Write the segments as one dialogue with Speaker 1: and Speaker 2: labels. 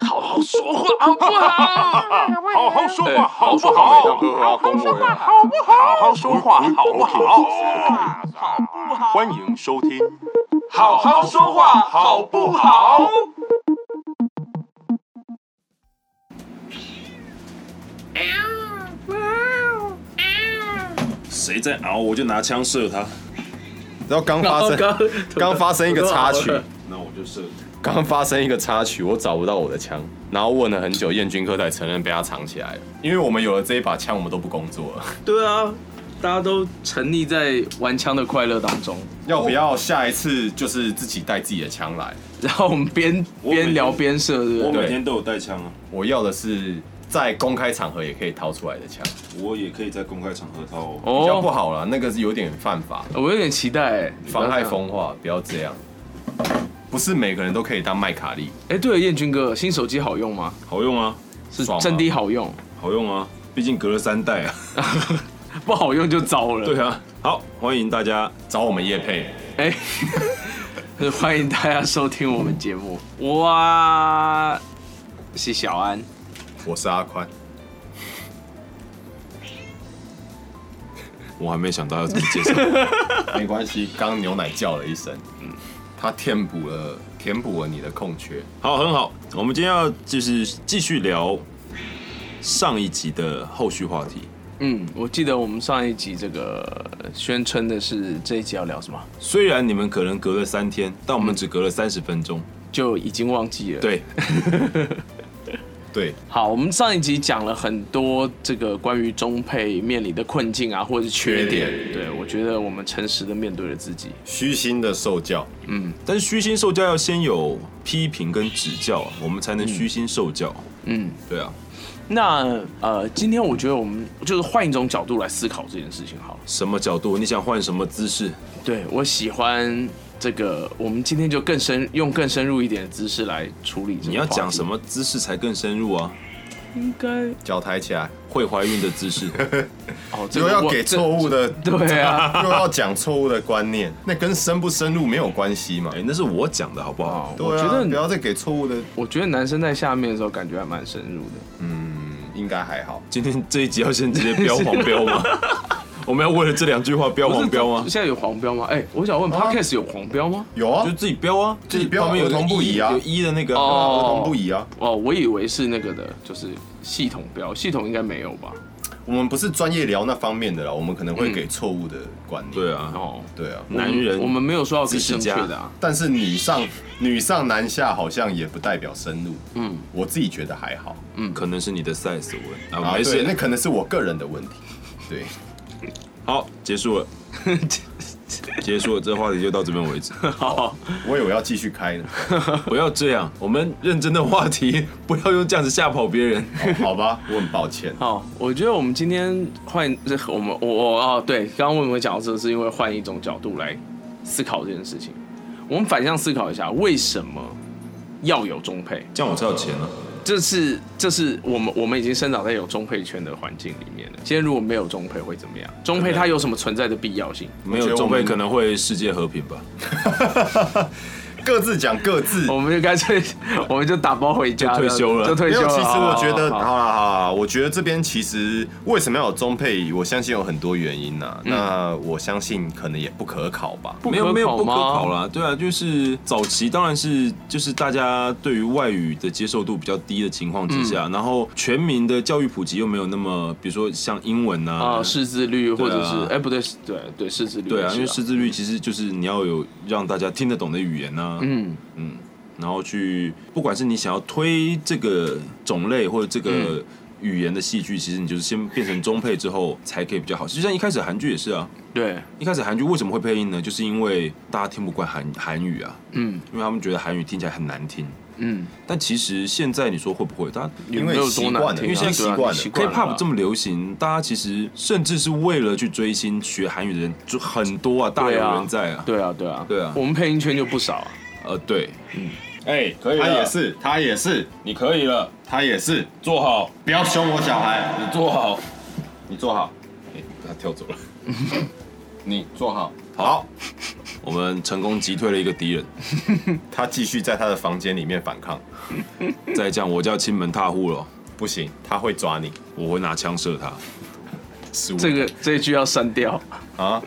Speaker 1: 好说话好不好？
Speaker 2: 好好说
Speaker 1: 哎
Speaker 2: 话，好不
Speaker 1: 好
Speaker 2: 好？
Speaker 1: 好好说话，
Speaker 2: 好不好？好好说话，好不好？
Speaker 1: 好不好？
Speaker 2: 欢迎收听，
Speaker 1: 好好说话好不好？
Speaker 3: 谁在熬，我就拿枪射他。
Speaker 4: 然后刚发生
Speaker 5: 刚
Speaker 4: 刚发生一个插曲，
Speaker 3: 那我就射。
Speaker 4: 刚发生一个插曲，我找不到我的枪，然后问了很久，燕军科才承认被他藏起来了。因为我们有了这一把枪，我们都不工作了。
Speaker 5: 对啊，大家都沉溺在玩枪的快乐当中，
Speaker 4: 要不要下一次就是自己带自己的枪来？
Speaker 5: 然后我们边
Speaker 3: 我每天
Speaker 5: 边聊边射，对
Speaker 3: 我
Speaker 5: 不对？
Speaker 3: 每天都有带枪啊，
Speaker 4: 我要的是在公开场合也可以掏出来的枪，
Speaker 3: 我也可以在公开场合掏哦。
Speaker 4: 比较不
Speaker 5: 哦，
Speaker 4: 好啦，那个是有点犯法，
Speaker 5: 我有点期待欸，
Speaker 4: 妨害风化，不要这样。不是每个人都可以当麦卡利，
Speaker 5: 哎，对了，彦军哥，新手机好用吗？
Speaker 3: 好用
Speaker 4: 哦
Speaker 3: 啊，
Speaker 5: 是
Speaker 4: 爽吗
Speaker 5: 真的好用，
Speaker 3: 好用啊，毕竟隔了三代啊。
Speaker 5: 不好用就糟了。
Speaker 3: 对 啊，好，欢迎大家。
Speaker 4: 找我们叶配。
Speaker 5: 哎， 欢迎大家收听我们节目。哇，是小安，
Speaker 4: 我是阿宽，
Speaker 3: 我还没想到要怎么介绍。
Speaker 4: 没关系，刚牛奶叫了一声，嗯，它填补了填补了你的空缺。
Speaker 3: 好，很好，我们今天要就是继续聊上一集的后续话题，
Speaker 5: 嗯，我记得我们上一集这个宣称的是这一集要聊什么，
Speaker 3: 虽然你们可能隔了三天，但我们只隔了三十分钟。
Speaker 5: 就已经忘记了。
Speaker 3: 对，
Speaker 4: 对，
Speaker 5: 好，我们上一集讲了很多这个关于中配面临的困境啊，或者是缺点。
Speaker 4: 缺点
Speaker 5: 对，我觉得我们诚实的面对了自己。
Speaker 4: 虚心的受教，嗯
Speaker 3: 但是虚心受教要先有批评跟指教啊，我们才能虚心受教。
Speaker 5: 嗯，
Speaker 3: 对啊，
Speaker 5: 那呃，今天我觉得我们就是换一种角度来思考这件事情好了。
Speaker 3: 什么角度？你想换什么姿势？
Speaker 5: 对我喜欢这个，我们今天就更深用更深入一点的姿势来处理这个
Speaker 3: 你要讲什
Speaker 5: 么？
Speaker 3: 么姿势才更深入啊？
Speaker 5: 应该
Speaker 4: 脚抬起来，
Speaker 3: 会怀孕的姿势，
Speaker 5: 哦，这
Speaker 4: 又
Speaker 5: 个
Speaker 4: 要
Speaker 5: 我
Speaker 4: 给
Speaker 5: 这
Speaker 4: 错误的，
Speaker 5: 对啊。
Speaker 4: 又要讲错误的观念，那跟深不深入没有关系嘛
Speaker 3: 哎、。那是我讲的好不好？
Speaker 5: 哦，我
Speaker 4: 对
Speaker 5: 觉
Speaker 4: 啊，不
Speaker 5: 得
Speaker 4: 要再给错误的，
Speaker 5: 我觉得男生在下面的时候感觉还蛮深入的。
Speaker 4: 嗯，应该还好。
Speaker 3: 今天这一集要先直接标黄标 吗？我们要为了这两句话标黄标吗
Speaker 5: 不是？现在有黄标吗？哎、我想
Speaker 4: 哦
Speaker 5: 问，Podcast 有黄标吗？
Speaker 4: 有啊
Speaker 3: 就，自己标啊，
Speaker 4: 自己标
Speaker 3: 旁边有
Speaker 4: 儿童不宜啊
Speaker 3: 有一的那个啊
Speaker 5: 哦
Speaker 4: 儿童不宜啊。
Speaker 5: 哦，我以为是那个的，就是系统标，系统应该没有吧？
Speaker 4: 我们不是专业聊那方面的啦，我们可能会给错误的观念。
Speaker 3: 对啊，
Speaker 5: 哦，
Speaker 4: 对啊，
Speaker 3: 男人
Speaker 5: 我们没有说要给正确
Speaker 3: 知识
Speaker 5: 的啊。
Speaker 4: 但是女上女上男下好像也不代表深入。嗯，我自己觉得还好。
Speaker 3: 可能是你的 size 问嗯啊，
Speaker 4: 啊，
Speaker 3: 没
Speaker 4: 对，那
Speaker 3: 事，
Speaker 4: 可能是我个人的问题。对，
Speaker 3: 好，结束 了，结束了，这话题就到这边为 止。
Speaker 5: 好，
Speaker 4: 我以为要继续开呢，
Speaker 3: 不要这样，我们认真的话题，不要用这样子吓跑别人。
Speaker 4: 好好吧，我很抱歉。
Speaker 5: 好，哦我觉得我们今天换这我们我我哦，对，刚刚为什么讲到这，是因为换一种角度来思考这件事情。我们反向思考一下，为什么要有中配？
Speaker 3: 这样我才有钱啊。
Speaker 5: 这是这是我们我们已经生长在有中配圈的环境里面了。今天如果没有中配会怎么样？中配它有什么存在的必要性？
Speaker 3: 没
Speaker 4: 我觉
Speaker 3: 有
Speaker 4: 得
Speaker 3: 中
Speaker 4: 我
Speaker 3: 配
Speaker 4: 们
Speaker 3: 可能会世界和平吧？
Speaker 4: 各自讲各自。
Speaker 5: 我们就干脆，我们就打包回家，
Speaker 3: 就退休了
Speaker 5: 就退
Speaker 4: 没
Speaker 5: 休
Speaker 4: 有，
Speaker 5: 了。
Speaker 4: 其实我觉得，
Speaker 5: 好好好
Speaker 4: 好啦好啦，我觉得这边其实为什么要有中配，我相信有很多原因呐、
Speaker 5: 嗯
Speaker 4: 那我相信可能也不可考吧。
Speaker 5: 不
Speaker 3: 没有
Speaker 5: 可
Speaker 3: 没有
Speaker 5: 考
Speaker 3: 不可
Speaker 5: 吗
Speaker 3: 考啦，对啊，就是早期当然是就是大家对于外语的接受度比较低的情况之
Speaker 5: 嗯
Speaker 3: 下，然后全民的教育普及又没有那么，比如说像英文啊，
Speaker 5: 啊，识字率或者是
Speaker 3: 对啊
Speaker 5: 哎不对，对对识字率
Speaker 3: 对
Speaker 5: 也
Speaker 3: 啊，
Speaker 5: 是
Speaker 3: 因为识字率其实就是你要有让大家听得懂的语言啊，
Speaker 5: 嗯
Speaker 3: 嗯，然后去不管是你想要推这个种类或者这
Speaker 5: 嗯
Speaker 3: 个语言的戏剧，其实你就是先变成中配之后才可以比较好，就像一开始韩剧也是啊，
Speaker 5: 对
Speaker 3: 一开始韩剧为什么会配音呢？就是因为大家听不惯韩韩语啊，
Speaker 5: 嗯
Speaker 3: 因为他们觉得韩语听起来很难听。
Speaker 5: 嗯，
Speaker 3: 但其实现在你说会不会？大家
Speaker 4: 因
Speaker 5: 没
Speaker 4: 为
Speaker 5: 有多
Speaker 4: 习
Speaker 5: 难
Speaker 4: 惯了，
Speaker 5: 听啊，
Speaker 4: 因为现在习
Speaker 5: 对啊
Speaker 4: 惯
Speaker 5: 你
Speaker 4: 了
Speaker 5: 习。惯了吧
Speaker 3: K-pop 这么流行，大家其实甚至是为了去追星学韩语的人就很多啊，大有
Speaker 5: 对啊
Speaker 3: 人在啊。
Speaker 5: 对啊对啊
Speaker 3: 对啊
Speaker 5: 我们配音圈就不少啊，
Speaker 3: 呃，对，嗯，哎，可以
Speaker 4: 他也，是，他也是，
Speaker 3: 你可以了，
Speaker 4: 他也是，
Speaker 3: 坐好，
Speaker 4: 不要凶我小孩，
Speaker 3: 你坐好。
Speaker 4: 你坐好，
Speaker 3: 哎，他跳走了。
Speaker 4: 你坐好，好，
Speaker 3: 我们成功击退了一个敌人。
Speaker 4: 他继续在他的房间里面反抗，
Speaker 3: 再这样，我就要亲门踏户了，
Speaker 4: 不行，他会抓你。
Speaker 3: 我会拿枪射他。
Speaker 4: 十五
Speaker 5: 这个这一句要删掉，
Speaker 4: 啊，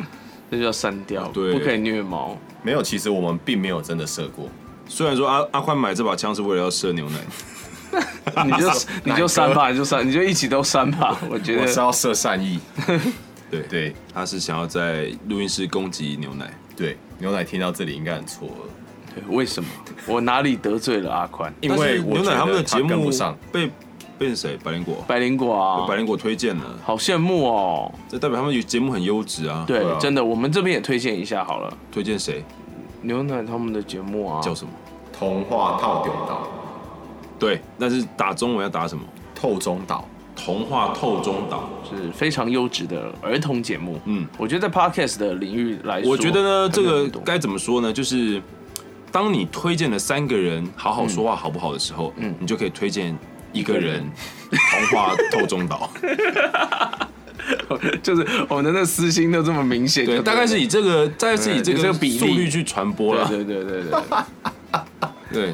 Speaker 5: 这就要删掉，
Speaker 3: 啊对
Speaker 5: 不可以虐猫。
Speaker 4: 没有，其实我们并没有真的射过。
Speaker 3: 虽然说阿阿宽买这把枪是为了要射牛奶，
Speaker 5: 你 就你就删吧，你就删，你就一起都删吧。我觉
Speaker 4: 我是
Speaker 5: 得
Speaker 4: 要射善 意。
Speaker 3: 对
Speaker 4: 对
Speaker 3: 他是想要在录音室攻击牛奶。
Speaker 4: 对，牛奶听到这里应该很错愕。
Speaker 5: 对为什么我哪里得罪了阿宽？
Speaker 4: 因为我
Speaker 3: 但是牛奶
Speaker 4: 觉得
Speaker 3: 他们的
Speaker 4: 他
Speaker 3: 节
Speaker 4: 跟
Speaker 3: 目
Speaker 4: 不上
Speaker 3: 被被谁？百灵果，
Speaker 5: 百灵果啊，
Speaker 3: 百灵果推荐了，
Speaker 5: 好羡慕哦。
Speaker 3: 这代表他们节目很优质啊。，
Speaker 5: 对，
Speaker 4: 对啊
Speaker 5: 真的，我们这边也推荐一下好了，
Speaker 3: 推荐谁？
Speaker 5: 牛奶他们的节目啊，
Speaker 3: 叫什么？
Speaker 4: 童话套顶岛、
Speaker 3: 对，但是打中文要打什么？
Speaker 4: 透中岛，
Speaker 3: 童话透中岛。
Speaker 5: 是非常优质的儿童节目。
Speaker 3: 嗯，
Speaker 5: 我觉得在 podcast 的领域来说，
Speaker 3: 我觉得呢，这
Speaker 5: 真的
Speaker 3: 个
Speaker 5: 很多
Speaker 3: 该怎么说呢？就是当你推荐了三个人好好说话好不好的时候，嗯，你就可以推荐一个人童话透中岛。
Speaker 5: 就是我们的那私心都这么明显，
Speaker 3: 对，
Speaker 5: 就
Speaker 3: 大概是啊以这个，大概是以这
Speaker 5: 有这
Speaker 3: 个
Speaker 5: 个比例
Speaker 3: 速率去传播
Speaker 5: 对
Speaker 3: 了。
Speaker 5: 对对对对，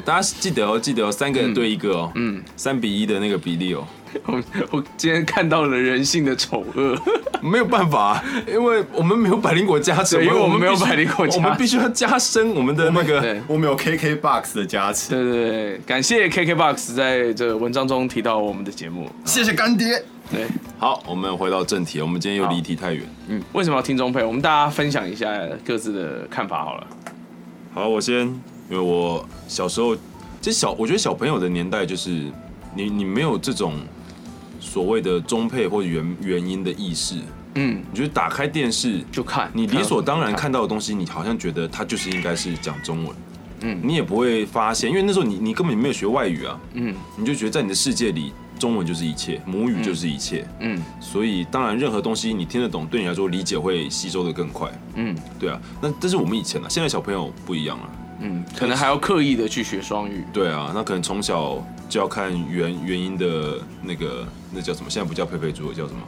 Speaker 3: 对，大家记得哦，记得哦，三个人对一个哦，嗯，三比一的那个比例哦，
Speaker 5: 我我今天看到了人性的丑恶，
Speaker 3: 没有办法 啊，因为我们没有百灵果加持，
Speaker 5: 对因为我们
Speaker 3: 必须
Speaker 5: 没有百灵果加持
Speaker 3: 我们必须要加深我们的那个。
Speaker 5: 对
Speaker 4: 我们有 KK Box 的加持，
Speaker 5: 对对对，感谢 KKBOX 在这文章中提到我们的节目，
Speaker 4: 谢谢干爹。
Speaker 5: 对，
Speaker 3: 好，我们回到正题，我们今天又离题太远。
Speaker 5: 嗯，为什么要听中配？我们大家分享一下各自的看法好了，
Speaker 3: 好，我先，因为我小时候，其实小，我觉得小朋友的年代就是你你没有这种所谓的中配或者原原因的意识，
Speaker 5: 嗯，
Speaker 3: 你就打开电视
Speaker 5: 就看
Speaker 3: 你理所当然
Speaker 5: 看
Speaker 3: 看到的东西，你好像觉得它就是应该是讲中文，嗯，你也不会发现，因为那时候你你根本没有学外语啊，
Speaker 5: 嗯
Speaker 3: 你就觉得在你的世界里，中文就是一切，母语就是一切，
Speaker 5: 嗯
Speaker 3: 所以当然任何东西你听得懂，对你来说理解会吸收的更快，
Speaker 5: 嗯
Speaker 3: 对啊，那这是我们以前啊，现在小朋友不一样了、
Speaker 5: 嗯，可能还要刻意的去学双语，
Speaker 3: 对啊，那可能从小就要看原原因的那个那叫什么？现在不叫佩佩猪，叫什么？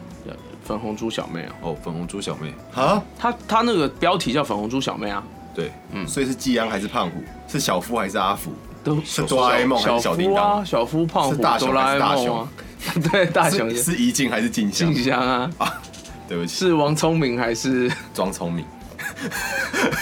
Speaker 5: 粉红猪小妹哦，
Speaker 3: 哦，粉红猪小妹。
Speaker 4: 啊，
Speaker 5: 她她那个标题叫粉红猪小妹啊，
Speaker 3: 对，
Speaker 4: 所以是季安还是胖虎？是小夫还是阿福？
Speaker 5: 都
Speaker 4: 是哆啦 A 梦还
Speaker 5: 小
Speaker 4: 是小
Speaker 5: 夫
Speaker 4: 叮
Speaker 5: 啊，
Speaker 4: 当？
Speaker 5: 小夫胖虎
Speaker 4: 是大
Speaker 5: 哆
Speaker 4: 雄
Speaker 5: 啦
Speaker 4: 还
Speaker 5: A
Speaker 4: 是大
Speaker 5: 梦
Speaker 4: 雄
Speaker 5: 啊， 对大雄
Speaker 4: 是是一静还是静香
Speaker 5: 静？香啊，
Speaker 4: 对不起，
Speaker 5: 是王聪明还是。
Speaker 4: 装聪明。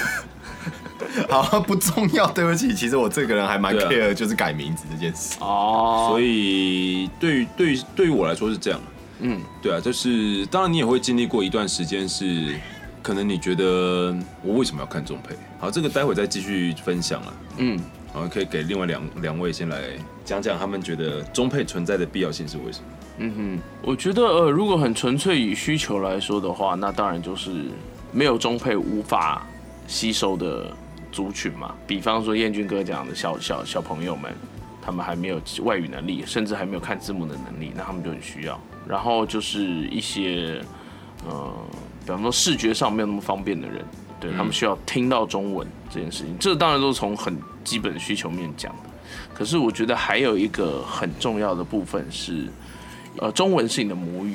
Speaker 4: 好，不重要，对不起。其实我这个人还蛮
Speaker 3: 对啊
Speaker 4: care，、就是改名字这件事
Speaker 5: 哦，
Speaker 3: 所
Speaker 5: 以
Speaker 3: 以对于对于对于我来说是这样。
Speaker 5: 嗯，
Speaker 3: 对啊，就是当然你也会经历过一段时间是，可能你觉得我为什么要看中配？好，这个待会再继续分享啊。
Speaker 5: 嗯，
Speaker 3: 好，可以给另外两两位先来讲讲他们觉得中配存在的必要性是为什么？
Speaker 5: 我觉得呃，如果很纯粹以需求来说的话，那当然就是没有中配无法吸收的族群嘛。比方说燕军哥讲的小小小朋友们，他们还没有外语能力，甚至还没有看字幕的能力，那他们就很需要。然后就是一些呃，比方说视觉上没有那么方便的人，对他们需要听到中文这件事情，这当然都是从很基本的需求面讲的。可是我觉得还有一个很重要的部分是，呃，中文是你的母语。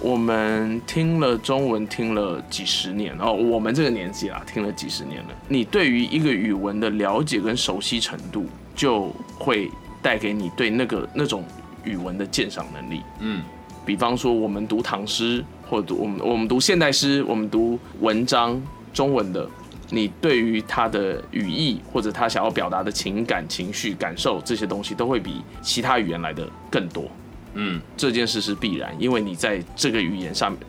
Speaker 5: 我们听了中文听了几十年哦，我们这个年纪啦，听了几十年了。你对于一个语文的了解跟熟悉程度，就会带给你对那个那种语文的鉴赏能力。比方说我们读唐诗，或者读我们我们读现代诗，我们读文章中文的，你对于它的语义或者他想要表达的情感、情绪、感受这些东西，都会比其他语言来的更多。
Speaker 3: 嗯，
Speaker 5: 这件事是必然，因为你在这个语言上面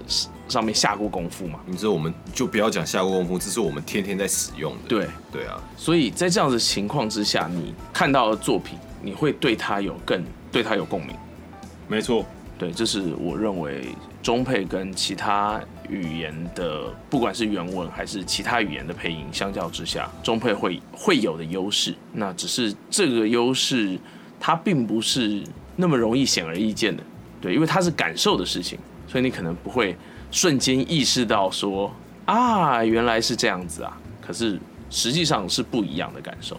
Speaker 5: 上面下过功夫嘛。
Speaker 4: 你知道，我们就不要讲下过功夫，这是我们天天在使用的。
Speaker 5: 对，
Speaker 4: 对啊，
Speaker 5: 所以在这样的情况之下，你看到的作品，你会对它有更对它有共鸣。
Speaker 3: 没错，
Speaker 5: 对，这是我认为中配跟其他语言的，不管是原文还是其他语言的配音，相较之下，中配会会有的优势。那只是这个优势，它并不是那么容易显而易见的，对，因为它是感受的事情，所以你可能不会瞬间意识到说啊，原来是这样子啊。可是实际上是不一样的感受。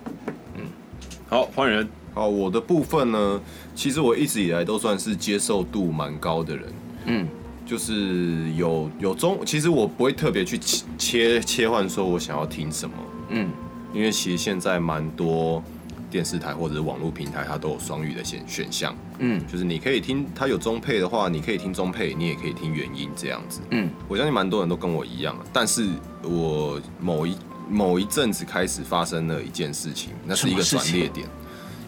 Speaker 3: 好，换人。
Speaker 4: 好，我的部分呢，其实我一直以来都算是接受度蛮高的人。
Speaker 5: 嗯，
Speaker 4: 就是有有中，其实我不会特别去切切切换说我想要听什么，
Speaker 5: 嗯，
Speaker 4: 因为其实现在蛮多电视台或者是网络平台它都有双语的选选项，
Speaker 5: 嗯
Speaker 4: 就是你可以听它有中配的话，你可以听中配，你也可以听原音这样子。
Speaker 5: 嗯，
Speaker 4: 我相信蛮多人都跟我一样啊，但是我某一某一阵子开始发生了一件事情，那是一个转捩点，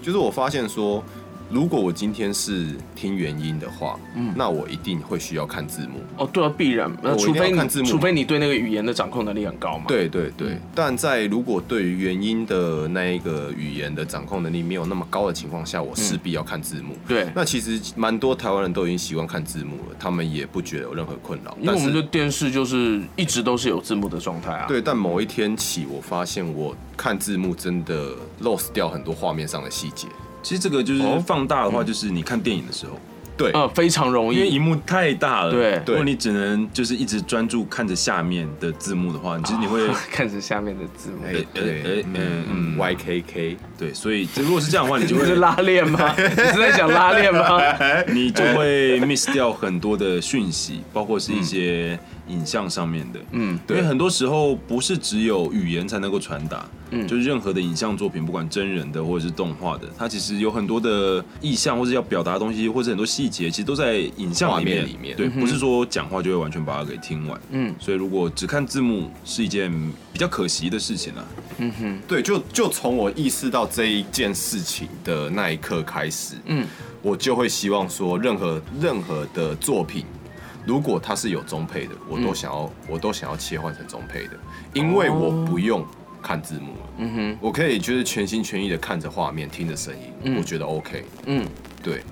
Speaker 4: 就是我发现说，如果我今天是听原音的话，嗯，那我一定会需要看字幕。
Speaker 5: 哦，对啊，必然，呃
Speaker 4: 我一定
Speaker 5: 除非
Speaker 4: 要
Speaker 5: 你
Speaker 4: 看字幕
Speaker 5: 除非你对那个语言的掌控能力很高嘛。，嗯
Speaker 4: 对对对，但在如果对于原音的那一个语言的掌控能力没有那么高的情况下，我势必要看字幕。
Speaker 5: 对
Speaker 4: 那其实蛮多台湾人都已经习惯看字幕了，他们也不觉得有任何困扰。
Speaker 5: 因为
Speaker 4: 但
Speaker 5: 我们的
Speaker 4: 是
Speaker 5: 电视就是一直都是有字幕的状态啊。，
Speaker 4: 对，但某一天起，我发现我看字幕真的 lost 掉很多画面上的细节。
Speaker 3: 其实这个就是
Speaker 5: 哦
Speaker 3: 放大
Speaker 5: 嗯
Speaker 3: 的话，就是你看电影的时候，
Speaker 4: 对，
Speaker 5: 呃，非常容
Speaker 3: 因为
Speaker 5: 易。
Speaker 3: 荧幕太大了，
Speaker 5: 对
Speaker 3: 如果你只能就是一直专注看着下面的字幕的话，其实你会，
Speaker 5: 看着下面的字幕，
Speaker 4: 哎对，
Speaker 5: 呃
Speaker 3: 哎哎
Speaker 4: 嗯嗯，YKK，
Speaker 3: 对，所以如果是这样的话，你
Speaker 5: 你
Speaker 3: 就
Speaker 5: 不是
Speaker 3: 会
Speaker 5: 拉 链吗？你是在讲拉链吗？
Speaker 3: 你就会 miss 掉很多的讯息，包括是一些影像上面的，
Speaker 5: 嗯，
Speaker 3: 因为
Speaker 4: 对
Speaker 3: 很多时候不是只有语言才能够传达，嗯，就是任何的影像作品，不管真人的或者是动画的，它其实有很多的意象，或者要表达的东西，或者很多细节，其实都在影像里
Speaker 4: 画
Speaker 3: 面。
Speaker 4: 面里面
Speaker 3: 对，不是说讲话就会完全把它给听完。
Speaker 5: 嗯
Speaker 3: 所以如果只看字幕是一件比较可惜的事情啊。
Speaker 5: 嗯哼，
Speaker 4: 对，就就从我意识到这一件事情的那一刻开始，
Speaker 5: 嗯，
Speaker 4: 我就会希望说，任何任何的作品，如果它是有中配的，我
Speaker 5: 嗯
Speaker 4: 都想要，我都想要切换成中配的，因为我不用看字幕了，
Speaker 5: 哦嗯哼，
Speaker 4: 我可以就是全心全意的看着画面，听着声音，我觉得 OK。
Speaker 5: 嗯
Speaker 4: 对，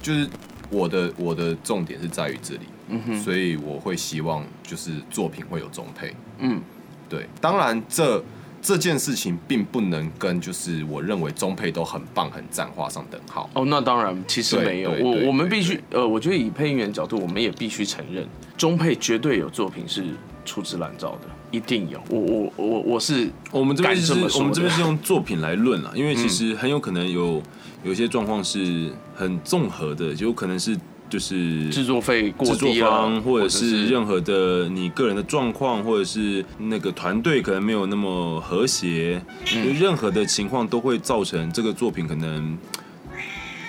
Speaker 4: 就是我的我的重点是在于这里，
Speaker 5: 嗯
Speaker 4: 所以我会希望就是作品会有中配。
Speaker 5: 嗯，
Speaker 4: 对，当然这这件事情并不能跟就是我认为中配都很棒很赞画上等号。
Speaker 5: 哦，那当然，其实
Speaker 4: 对
Speaker 5: 没有，
Speaker 4: 对
Speaker 5: 我
Speaker 4: 对
Speaker 5: 我们
Speaker 4: 对
Speaker 5: 必须，呃，我觉得以配音员角度，我们也必须承认，中配绝对有作品是粗制滥造的，一定有。我我我我是
Speaker 3: 我们这边
Speaker 5: 敢
Speaker 3: 是
Speaker 5: 这么，说
Speaker 3: 我们这边
Speaker 5: 的嗯
Speaker 3: 是用作品来论啊了，因为其实很有可能有有一些状况是很综合的，有可能是就是
Speaker 5: 制作费过
Speaker 3: 制作
Speaker 5: 低了，
Speaker 3: 方，或者是任何的你个人的状况，或者是那个团队可能没有那么和谐，就任何的情况都会造成这个作品可能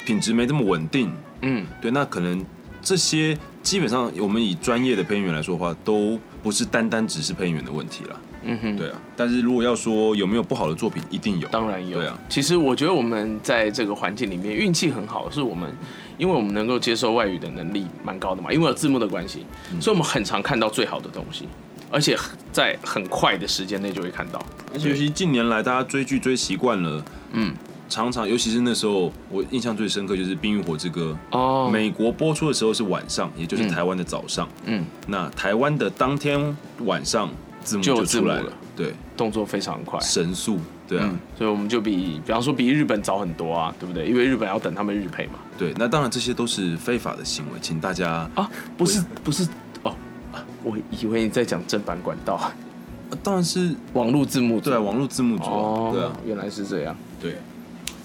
Speaker 3: 品质没这么稳定。
Speaker 5: 嗯
Speaker 3: 对，那可能这些基本上我们以专业的配音员来说的话，都不是单单只是配音员的问题啦。
Speaker 5: 嗯哼，
Speaker 3: 对啊，但是如果要说有没有不好的作品，一定有。
Speaker 5: 当然有。
Speaker 3: 对啊，
Speaker 5: 其实我觉得我们在这个环境里面运气很好，是我们因为我们能够接受外语的能力蛮高的嘛，因为有字幕的关系，
Speaker 3: 嗯
Speaker 5: 所以我们很常看到最好的东西，而且在很快的时间内就会看到。
Speaker 3: 而且尤其近年来大家追剧追习惯了，
Speaker 5: 嗯，
Speaker 3: 常常尤其是那时候我印象最深刻就是《冰与火之歌》
Speaker 5: 哦
Speaker 3: 美国播出的时候是晚上，也就是台湾的早上。
Speaker 5: 嗯，
Speaker 3: 那台湾的当天晚上字幕
Speaker 5: 就有
Speaker 3: 就
Speaker 5: 字幕
Speaker 3: 出来
Speaker 5: 了
Speaker 3: 了，对，
Speaker 5: 动作非常快。
Speaker 3: 神速，对啊，
Speaker 5: 嗯，所以我们就比，比方说比日本早很多啊，对不对？因为日本要等他们日配嘛。
Speaker 3: 对。那当然这些都是非法的行为，请大家
Speaker 5: 啊，不是不是哦，啊我以为你在讲正版管道，
Speaker 3: 呃当然是
Speaker 5: 网络字幕组
Speaker 3: 对啊，网络字幕组啊，
Speaker 5: 哦，
Speaker 3: 对啊，
Speaker 5: 原来是这样。
Speaker 3: 对。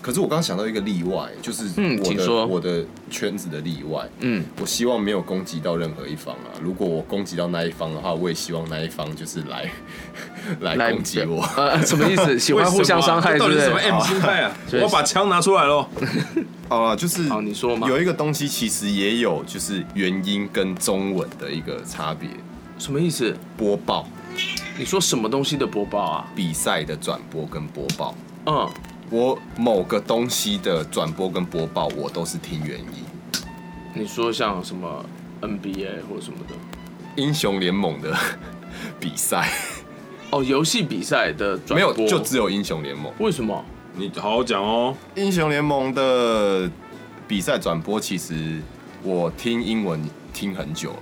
Speaker 4: 可是我刚想到一个例外，就是
Speaker 5: 嗯
Speaker 4: 我
Speaker 5: 请
Speaker 4: 的、
Speaker 5: 说
Speaker 4: 我的圈子的例外。
Speaker 5: 嗯，
Speaker 4: 我希望没有攻击到任何一方啊！如果我攻击到那一方的话，我也希望那一方就是 来来攻击我。
Speaker 5: 呃，什么意思？喜欢互相伤害，
Speaker 3: 为
Speaker 5: 是
Speaker 3: 什
Speaker 5: 不
Speaker 3: 么啊这到底是
Speaker 5: 是
Speaker 3: 什么？M 心态 啊？我
Speaker 5: 所以
Speaker 3: 要把枪拿出来喽！
Speaker 4: 好了，就是
Speaker 5: 好你说嘛
Speaker 4: 有一个东西其实也有就是原音跟中文的一个差别，
Speaker 5: 什么意思？
Speaker 4: 播报
Speaker 5: 你说什么东西的播报啊？
Speaker 4: 比赛的转播跟播报，
Speaker 5: 嗯，
Speaker 4: 我某个东西的转播跟播报，我都是听原音。
Speaker 5: 你说像什么 NBA 或什么的？
Speaker 4: 英雄联盟的比赛
Speaker 5: 哦，游戏比赛的转播
Speaker 4: 没有，就只有英雄联盟。
Speaker 5: 为什么？
Speaker 3: 你好好讲哦。
Speaker 4: 英雄联盟的比赛转播，其实我听英文听很久了。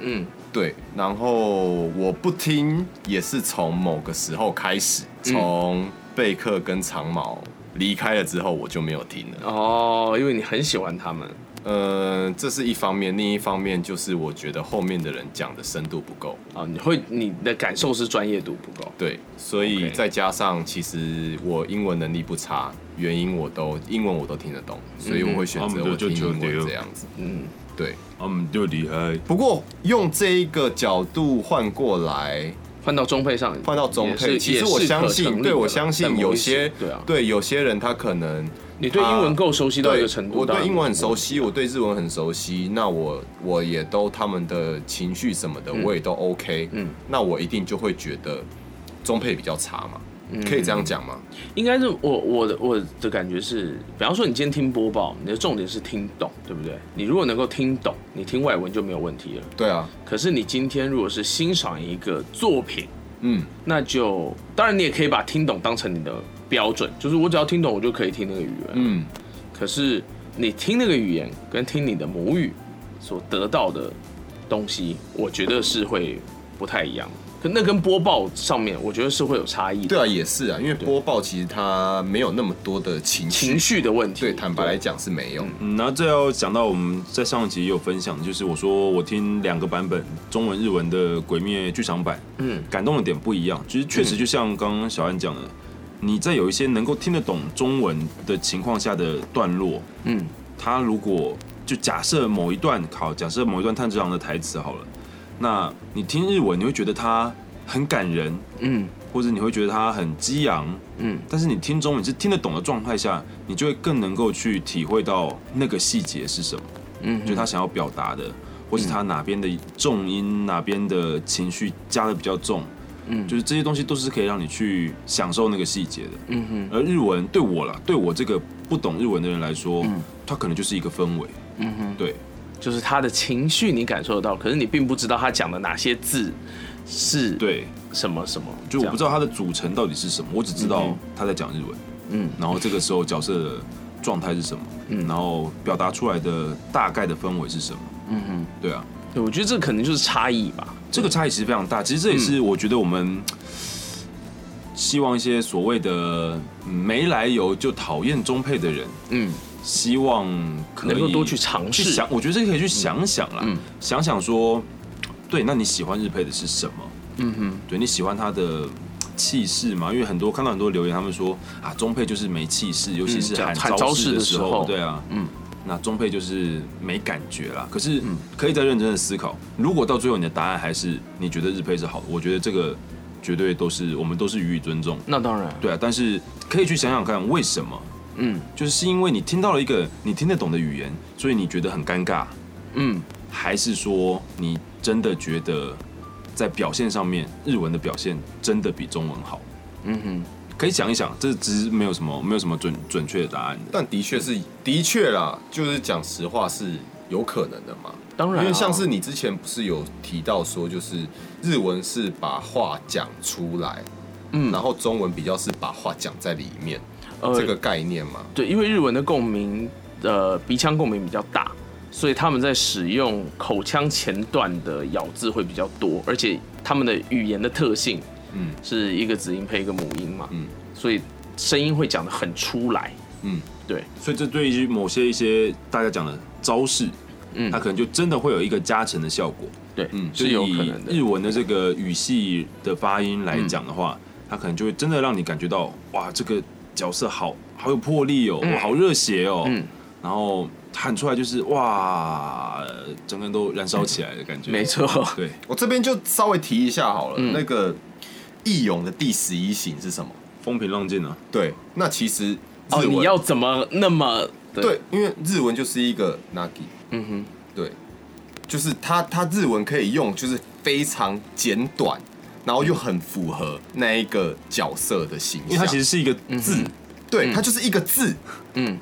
Speaker 5: 嗯
Speaker 4: 对，然后我不听也是从某个时候开始，从贝克跟长毛离开了之后，我就没有听了。
Speaker 5: 哦，因为你很喜欢他们。
Speaker 4: 呃，这是一方面，另一方面就是我觉得后面的人讲的深度不够。
Speaker 5: 啊，你会你的感受是专业度不够。
Speaker 4: 对，所以
Speaker 5: OK
Speaker 4: 再加上其实我英文能力不差，原因我都英文我都听得懂，所以我会选
Speaker 3: 他们
Speaker 4: 择
Speaker 3: 的
Speaker 4: 我
Speaker 3: 就
Speaker 4: 听英
Speaker 3: 就
Speaker 4: 文
Speaker 3: 丢
Speaker 4: 这样子。
Speaker 5: 嗯，
Speaker 4: 对，
Speaker 3: 他们就厉害。
Speaker 4: 不过用这一个角度换过来，
Speaker 5: 换到中配上，
Speaker 4: 换到中
Speaker 5: 也
Speaker 4: 配，
Speaker 5: 是
Speaker 4: 其实我相信，对我相信有些
Speaker 5: 对啊，
Speaker 4: 对有些人他可能
Speaker 5: 你对英文够熟悉到一个程度，
Speaker 4: 我
Speaker 5: 当
Speaker 4: 啊对
Speaker 5: 然
Speaker 4: 英文很熟悉，我对日文很熟悉，那我我也都他们的情绪什么的，我也都 OK，
Speaker 5: 嗯，
Speaker 4: 那我一定就会觉得中配比较差嘛，
Speaker 5: 嗯
Speaker 4: 可以这样讲吗？
Speaker 5: 应该是我我的我的感觉是，比方说你今天听播报，你的重点是听懂，对不对？你如果能够听懂，你听外文就没有问题了。
Speaker 4: 对啊，
Speaker 5: 可是你今天如果是欣赏一个作品，
Speaker 4: 嗯，
Speaker 5: 那就当然你也可以把听懂当成你的标准，就是我只要听懂我就可以听那个语言。
Speaker 4: 嗯，
Speaker 5: 可是你听那个语言跟听你的母语所得到的东西，我觉得是会不太一样。可那跟播报上面，我觉得是会有差异的。
Speaker 4: 对啊，也是啊，因为播报其实它没有那么多的情绪，
Speaker 5: 情绪的问题。
Speaker 4: 对，坦白来讲是没有，
Speaker 3: 嗯，然后这要讲到我们在上一集也有分享，就是我说我听两个版本，中文、日文的《鬼灭》剧场版，
Speaker 5: 嗯，
Speaker 3: 感动的点不一样。其实确实就像刚刚小安讲的，你在有一些能够听得懂中文的情况下的段落，
Speaker 5: 嗯，
Speaker 3: 他如果就假设某一段考，假设某一段炭治郎的台词好了，那你听日文你会觉得它很感人，
Speaker 5: 嗯
Speaker 3: 或者你会觉得它很激昂，
Speaker 5: 嗯，
Speaker 3: 但是你听中文是听得懂的状态下，你就会更能够去体会到那个细节是什么，
Speaker 5: 嗯
Speaker 3: 就是他想要表达的，或是他哪边的重音、哪边的情绪加的比较重，
Speaker 5: 嗯
Speaker 3: 就是这些东西都是可以让你去享受那个细节的。
Speaker 5: 嗯哼
Speaker 3: 而日文对我啦，对我这个不懂日文的人来说，它可能就是一个氛围，
Speaker 5: 嗯哼，
Speaker 3: 对，
Speaker 5: 就是他的情绪你感受得到，可是你并不知道他讲的哪些字是
Speaker 3: 对，
Speaker 5: 什么什么，
Speaker 3: 就我不知
Speaker 5: 道。
Speaker 3: 道它的组成到底是什么，我只知道他在讲日文，
Speaker 5: 嗯
Speaker 3: 然后这个时候角色的状态是什么，
Speaker 5: 嗯
Speaker 3: 然后表达出来的大概的氛围是什么，
Speaker 5: 嗯哼，
Speaker 3: 对啊，
Speaker 5: 对，我觉得这可能就是差异吧。
Speaker 3: 这个差异其实非常大。其实这也
Speaker 5: 嗯
Speaker 3: 是我觉得我们希望一些所谓的嗯没来由就讨厌中配的人，
Speaker 5: 嗯，
Speaker 3: 希望可以
Speaker 5: 能够多去尝试
Speaker 3: 去想，我觉得这个可以去想想啦，
Speaker 5: 嗯
Speaker 3: 想想说，对，那你喜欢日配的是什么？
Speaker 5: 嗯哼，
Speaker 3: 对你喜欢他的气势吗？因为很多看到很多留言，他们说啊，中配就是没气势，尤其是
Speaker 5: 嗯这样
Speaker 3: 喊
Speaker 5: 喊
Speaker 3: 招
Speaker 5: 招式
Speaker 3: 的
Speaker 5: 的
Speaker 3: 时
Speaker 5: 时
Speaker 3: 候，
Speaker 5: 候
Speaker 3: 对啊，
Speaker 5: 嗯，
Speaker 3: 那中配就是没感觉啦。可是可以再认真的思考，如果到最后你的答案还是你觉得日配是好的，我觉得这个绝对都是我们都是予以尊重，
Speaker 5: 那当然。
Speaker 3: 对啊。但是可以去想想看为什么。
Speaker 5: 嗯
Speaker 3: 就是是因为你听到了一个你听得懂的语言，所以你觉得很尴尬，
Speaker 5: 嗯
Speaker 3: 还是说你真的觉得在表现上面，日文的表现真的比中文好？
Speaker 5: 嗯哼，
Speaker 3: 可以想一想，这只是没有什么没有什么准准确的答案的。
Speaker 4: 但的确是，的确啦，就是讲实话是有可能的嘛。
Speaker 5: 当然啊
Speaker 4: 因为像是你之前不是有提到说，就是日文是把话讲出来，
Speaker 5: 嗯
Speaker 4: 然后中文比较是把话讲在里面、
Speaker 5: 呃，
Speaker 4: 这个概念嘛。
Speaker 5: 对，因为日文的共鸣，呃，鼻腔共鸣比较大，所以他们在使用口腔前段的咬字会比较多，而且他们的语言的特性，
Speaker 4: 嗯
Speaker 5: 是一个子音配一个母音嘛，
Speaker 4: 嗯
Speaker 5: 所以声音会讲得很出来，
Speaker 4: 嗯，
Speaker 5: 对，
Speaker 3: 所以这对于某些一些大家讲的招式，
Speaker 5: 嗯
Speaker 3: 它可能就真的会有一个加成的效果。
Speaker 5: 对，
Speaker 4: 嗯
Speaker 5: 是有可能
Speaker 3: 就以日
Speaker 5: 的，
Speaker 3: 文的这个语系的发音来讲的话，
Speaker 5: 嗯
Speaker 3: 它可能就会真的让你感觉到，哇，这个角色好好有魄力哦，哇好热血哦，
Speaker 5: 嗯
Speaker 3: 然后喊出来就是哇，整个人都燃烧起来的感觉。
Speaker 5: 没，错，
Speaker 3: 对，
Speaker 4: 我这边就稍微提一下好了，
Speaker 5: 嗯
Speaker 4: 那个义勇的第十一型是什么？
Speaker 3: 风平浪静啊，
Speaker 4: 对，那其实日
Speaker 5: 哦，
Speaker 4: 文、
Speaker 5: 你要怎么那么的，
Speaker 4: 对，因为日文就是一个 nagi，
Speaker 5: 嗯哼，
Speaker 4: 对，就是它它日文可以用，就是非常简短，然后又很符合那一个角色的形象。
Speaker 3: 因为它其实是一嗯个
Speaker 5: 嗯
Speaker 3: 字，
Speaker 4: 对，它就是一个字，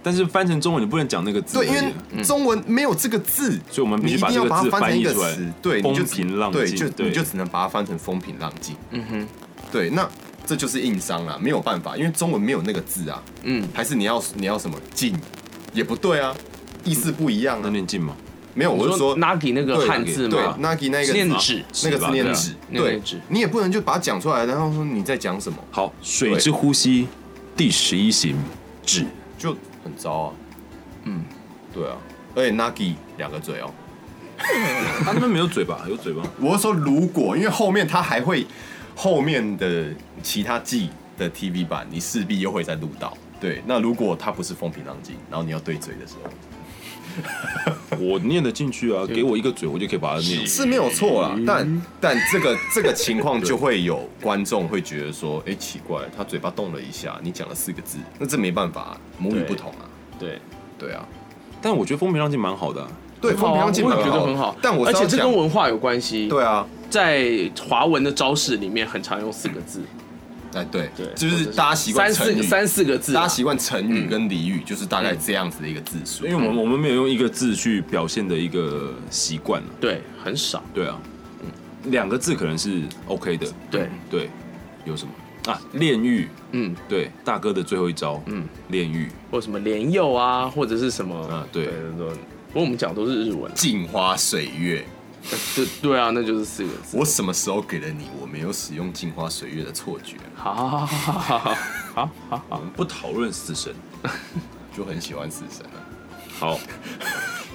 Speaker 3: 但是翻成中文你不能讲那个字而
Speaker 4: 对，
Speaker 3: 已，啊嗯
Speaker 4: 因为中文没有这个字，
Speaker 3: 所以我们必须
Speaker 4: 你一
Speaker 3: 把
Speaker 4: 定
Speaker 3: 这
Speaker 4: 要
Speaker 3: 个
Speaker 4: 把
Speaker 3: 字
Speaker 4: 它翻成
Speaker 3: 翻
Speaker 4: 一
Speaker 3: 译
Speaker 4: 个
Speaker 3: 出来
Speaker 4: 词，，对，你
Speaker 3: 风
Speaker 4: 就只
Speaker 3: 平浪
Speaker 4: 对，
Speaker 3: 静，
Speaker 4: 就你就只能把它翻成风平浪静。
Speaker 5: 嗯哼，
Speaker 4: 对，那这就是硬伤啦，没有办法，因为中文没有那个字啊，
Speaker 5: 嗯，
Speaker 4: 还是你要你要什么静，也不对啊，意思不一样
Speaker 3: 能
Speaker 4: 啊。
Speaker 3: 念进吗？
Speaker 4: 没有，我是说
Speaker 5: nagi 那个
Speaker 4: 对
Speaker 5: 汉字
Speaker 4: 对
Speaker 5: 嘛，
Speaker 4: ，nagi 那个
Speaker 5: 念
Speaker 4: 字
Speaker 5: 纸，
Speaker 4: 那个
Speaker 3: 吧
Speaker 4: 字念
Speaker 3: 对啊
Speaker 4: 纸，
Speaker 5: 念
Speaker 4: 对
Speaker 5: 念纸，
Speaker 4: 你也不能就把它讲出来，然后说你在讲什么，
Speaker 3: 好，水之呼吸第十一型指，
Speaker 4: 嗯就很糟啊。嗯，对啊，而且 nagi 两个嘴哦，
Speaker 3: 他那边没有嘴巴，有嘴巴吗。
Speaker 4: 我是说如果，因为后面它还会后面的其他季的 TV 版，你势必又会再录到。对，那如果它不是风平浪静，然后你要对嘴的时候，
Speaker 3: 我念得进去啊，给我一个嘴，我就可以把它念。
Speaker 4: 是没有错啦，
Speaker 5: 嗯
Speaker 4: 但但这个这个情况就会有观众会觉得说，哎、奇怪，他嘴巴动了一下，你讲了四个字，那这没办法、母语
Speaker 5: 对
Speaker 4: 不同啊，
Speaker 5: 对，
Speaker 4: 对啊，
Speaker 3: 但我觉得风平浪静蛮好的啊、
Speaker 4: 对，风平浪静
Speaker 5: 哦我也
Speaker 4: 蛮
Speaker 5: 觉得
Speaker 4: 的
Speaker 5: 很好，
Speaker 4: 哦但我
Speaker 5: 而
Speaker 4: 是要
Speaker 5: 且这
Speaker 4: 讲
Speaker 5: 跟文化有关系。，
Speaker 4: 对啊，
Speaker 5: 在华文的招式里面很常用四个字，
Speaker 4: 哎对，
Speaker 5: 对，
Speaker 4: 就是
Speaker 5: 或者
Speaker 4: 大家习惯
Speaker 5: 三
Speaker 4: 成
Speaker 5: 四
Speaker 4: 语，
Speaker 5: 三四个字
Speaker 4: 大
Speaker 5: 啊，嗯
Speaker 4: 家习惯成语跟俚语，就是大概这样子的一个字数
Speaker 3: 因为。我们我们没有用一个字去表现的一个习惯啊
Speaker 5: 对很少。
Speaker 3: 对啊，两个字可能是 OK 的。
Speaker 5: 对
Speaker 3: 对，有什么啊？炼狱，
Speaker 5: 嗯，
Speaker 3: 对，大哥的最后一招，嗯，炼狱，
Speaker 5: 或什么莲佑啊，或者是什么
Speaker 3: 啊对
Speaker 5: 对不过我们讲都是日文啊，
Speaker 4: 镜花水月，
Speaker 5: 对对啊，那就是四个 字。
Speaker 4: 我什么时候给了你我没有使用镜花水月的错觉？
Speaker 5: 好好好好好好好
Speaker 3: 啊我们不讨论死神。
Speaker 4: 就很喜欢死神啊。
Speaker 3: 好，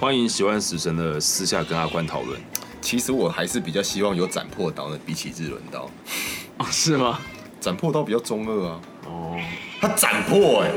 Speaker 3: 欢迎喜欢死神的私下跟阿宽讨论。
Speaker 4: 其实我还是比较希望有斩破刀的，比起日轮刀，
Speaker 5: 好，是吗？
Speaker 4: 斩破刀比较中二啊。哦，他斩破哎、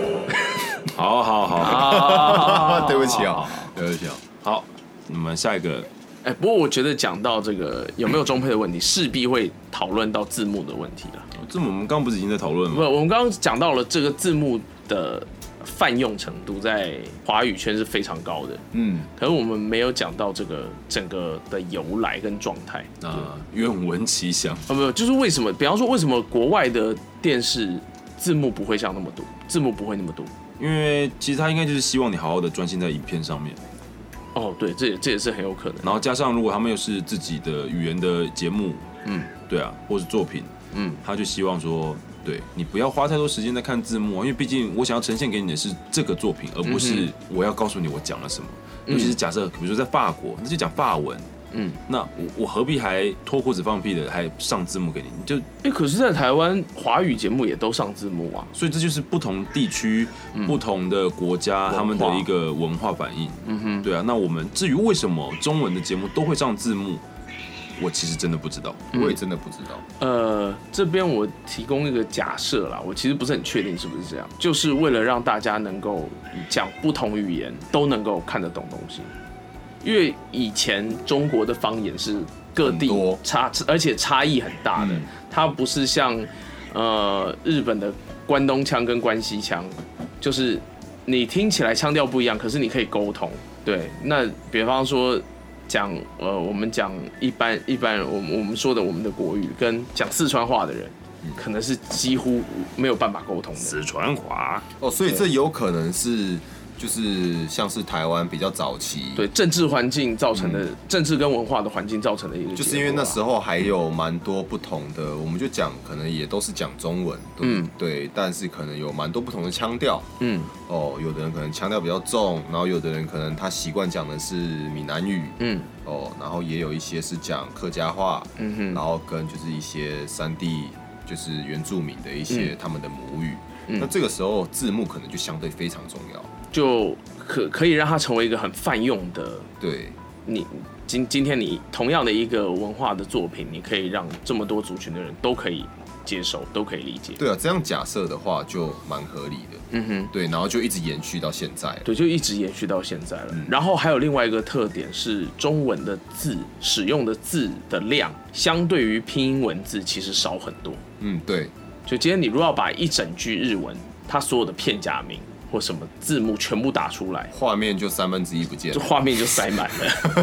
Speaker 3: 好好好
Speaker 5: 啊，
Speaker 4: 对不起啊，对不起啊。
Speaker 3: 好，你们下一个
Speaker 5: 哎，不过我觉得讲到这个有没有中配的问题，势必会讨论到字幕的问题了。
Speaker 3: 这我们刚不是已经在讨论
Speaker 5: 不，
Speaker 3: 吗？
Speaker 5: 我们刚刚讲到了这个字幕的泛用程度，在华语圈是非常高的，
Speaker 4: 嗯，
Speaker 5: 可是我们没有讲到这个整个的由来跟状态。
Speaker 3: 啊，愿闻其详。
Speaker 5: 啊，没有，就是为什么？比方说，为什么国外的电视字幕不会像那么多，字幕不会那么多？
Speaker 3: 因为其实他应该就是希望你好好的专心在影片上面，
Speaker 5: 哦，对，这也这也是很有可能。
Speaker 3: 然后加上如果他们又是自己的语言的节目，
Speaker 5: 嗯，
Speaker 3: 对啊，或是作品，
Speaker 5: 嗯，
Speaker 3: 他就希望说，对你不要花太多时间在看字幕啊，因为毕竟我想要呈现给你的是这个作品，而不
Speaker 5: 嗯
Speaker 3: 是我要告诉你我讲了什么。尤其是假设，比如说在法国，那就讲法文，
Speaker 5: 嗯，
Speaker 3: 那我我何必还脱裤子放屁的还上字幕给你？你就
Speaker 5: 哎、可是，在台湾华语节目也都上字幕啊。
Speaker 3: 所以这就是不同地区、不同的国家
Speaker 5: 化
Speaker 3: 他们的一个文化反应。
Speaker 5: 嗯哼，
Speaker 3: 对啊，那我们至于为什么中文的节目都会上字幕，我其实真的不知道。
Speaker 5: 嗯
Speaker 4: 我也真的不知道。
Speaker 5: 呃，这边我提供一个假设啦，我其实不是很确定是不是这样，就是为了让大家能够讲不同语言都能够看得懂东西，因为以前中国的方言是各地
Speaker 4: 很多嗯
Speaker 5: 差，而且差异很大的，它不是像呃日本的关东腔跟关西腔，就是你听起来腔调不一样，可是你可以沟通。对，那比方说讲呃，我们讲一般一般人，我们我们说的我们的国语跟讲四川话的人，可能是几乎没有办法沟通的。
Speaker 3: 四川话，
Speaker 4: 哦，所以这有可能是就是像是台湾比较早期，
Speaker 5: 对，政治环境造成的、政治跟文化的环境造成的一个结果啊，
Speaker 4: 就是因为那时候还有蛮多不同的，我们就讲可能也都是讲中文，对、
Speaker 5: 嗯
Speaker 4: 对，但是可能有蛮多不同的腔调
Speaker 5: 嗯
Speaker 4: 哦，有的人可能腔调比较重，然后有的人可能他习惯讲的是闽南语
Speaker 5: 嗯
Speaker 4: 哦，然后也有一些是讲客家话，
Speaker 5: 嗯
Speaker 4: 然
Speaker 5: 哼，
Speaker 4: 后跟就是一些山地就是原住民的一些他们的母语，
Speaker 5: 嗯
Speaker 4: 那这个时候字幕可能就相对非常重要，
Speaker 5: 就可可以让它成为一个很泛用的
Speaker 4: 对，
Speaker 5: 你。今今天你同样的一个文化的作品，你可以让这么多族群的人都可以接受，都可以理解。
Speaker 4: 对啊，这样假设的话就蛮合理的，
Speaker 5: 嗯哼，
Speaker 4: 对，然后就一直延续到现在。
Speaker 5: 对，就一直延续到现在了。
Speaker 4: 嗯
Speaker 5: 然后还有另外一个特点是，中文的字使用的字的量，相对于拼音文字其实少很多。
Speaker 4: 嗯，对，
Speaker 5: 就今天你如果要把一整句日文，它所有的片假名或什么字幕全部打出来，
Speaker 4: 画面就三分之一不见
Speaker 5: 这
Speaker 4: 了。
Speaker 5: 画面就塞满了。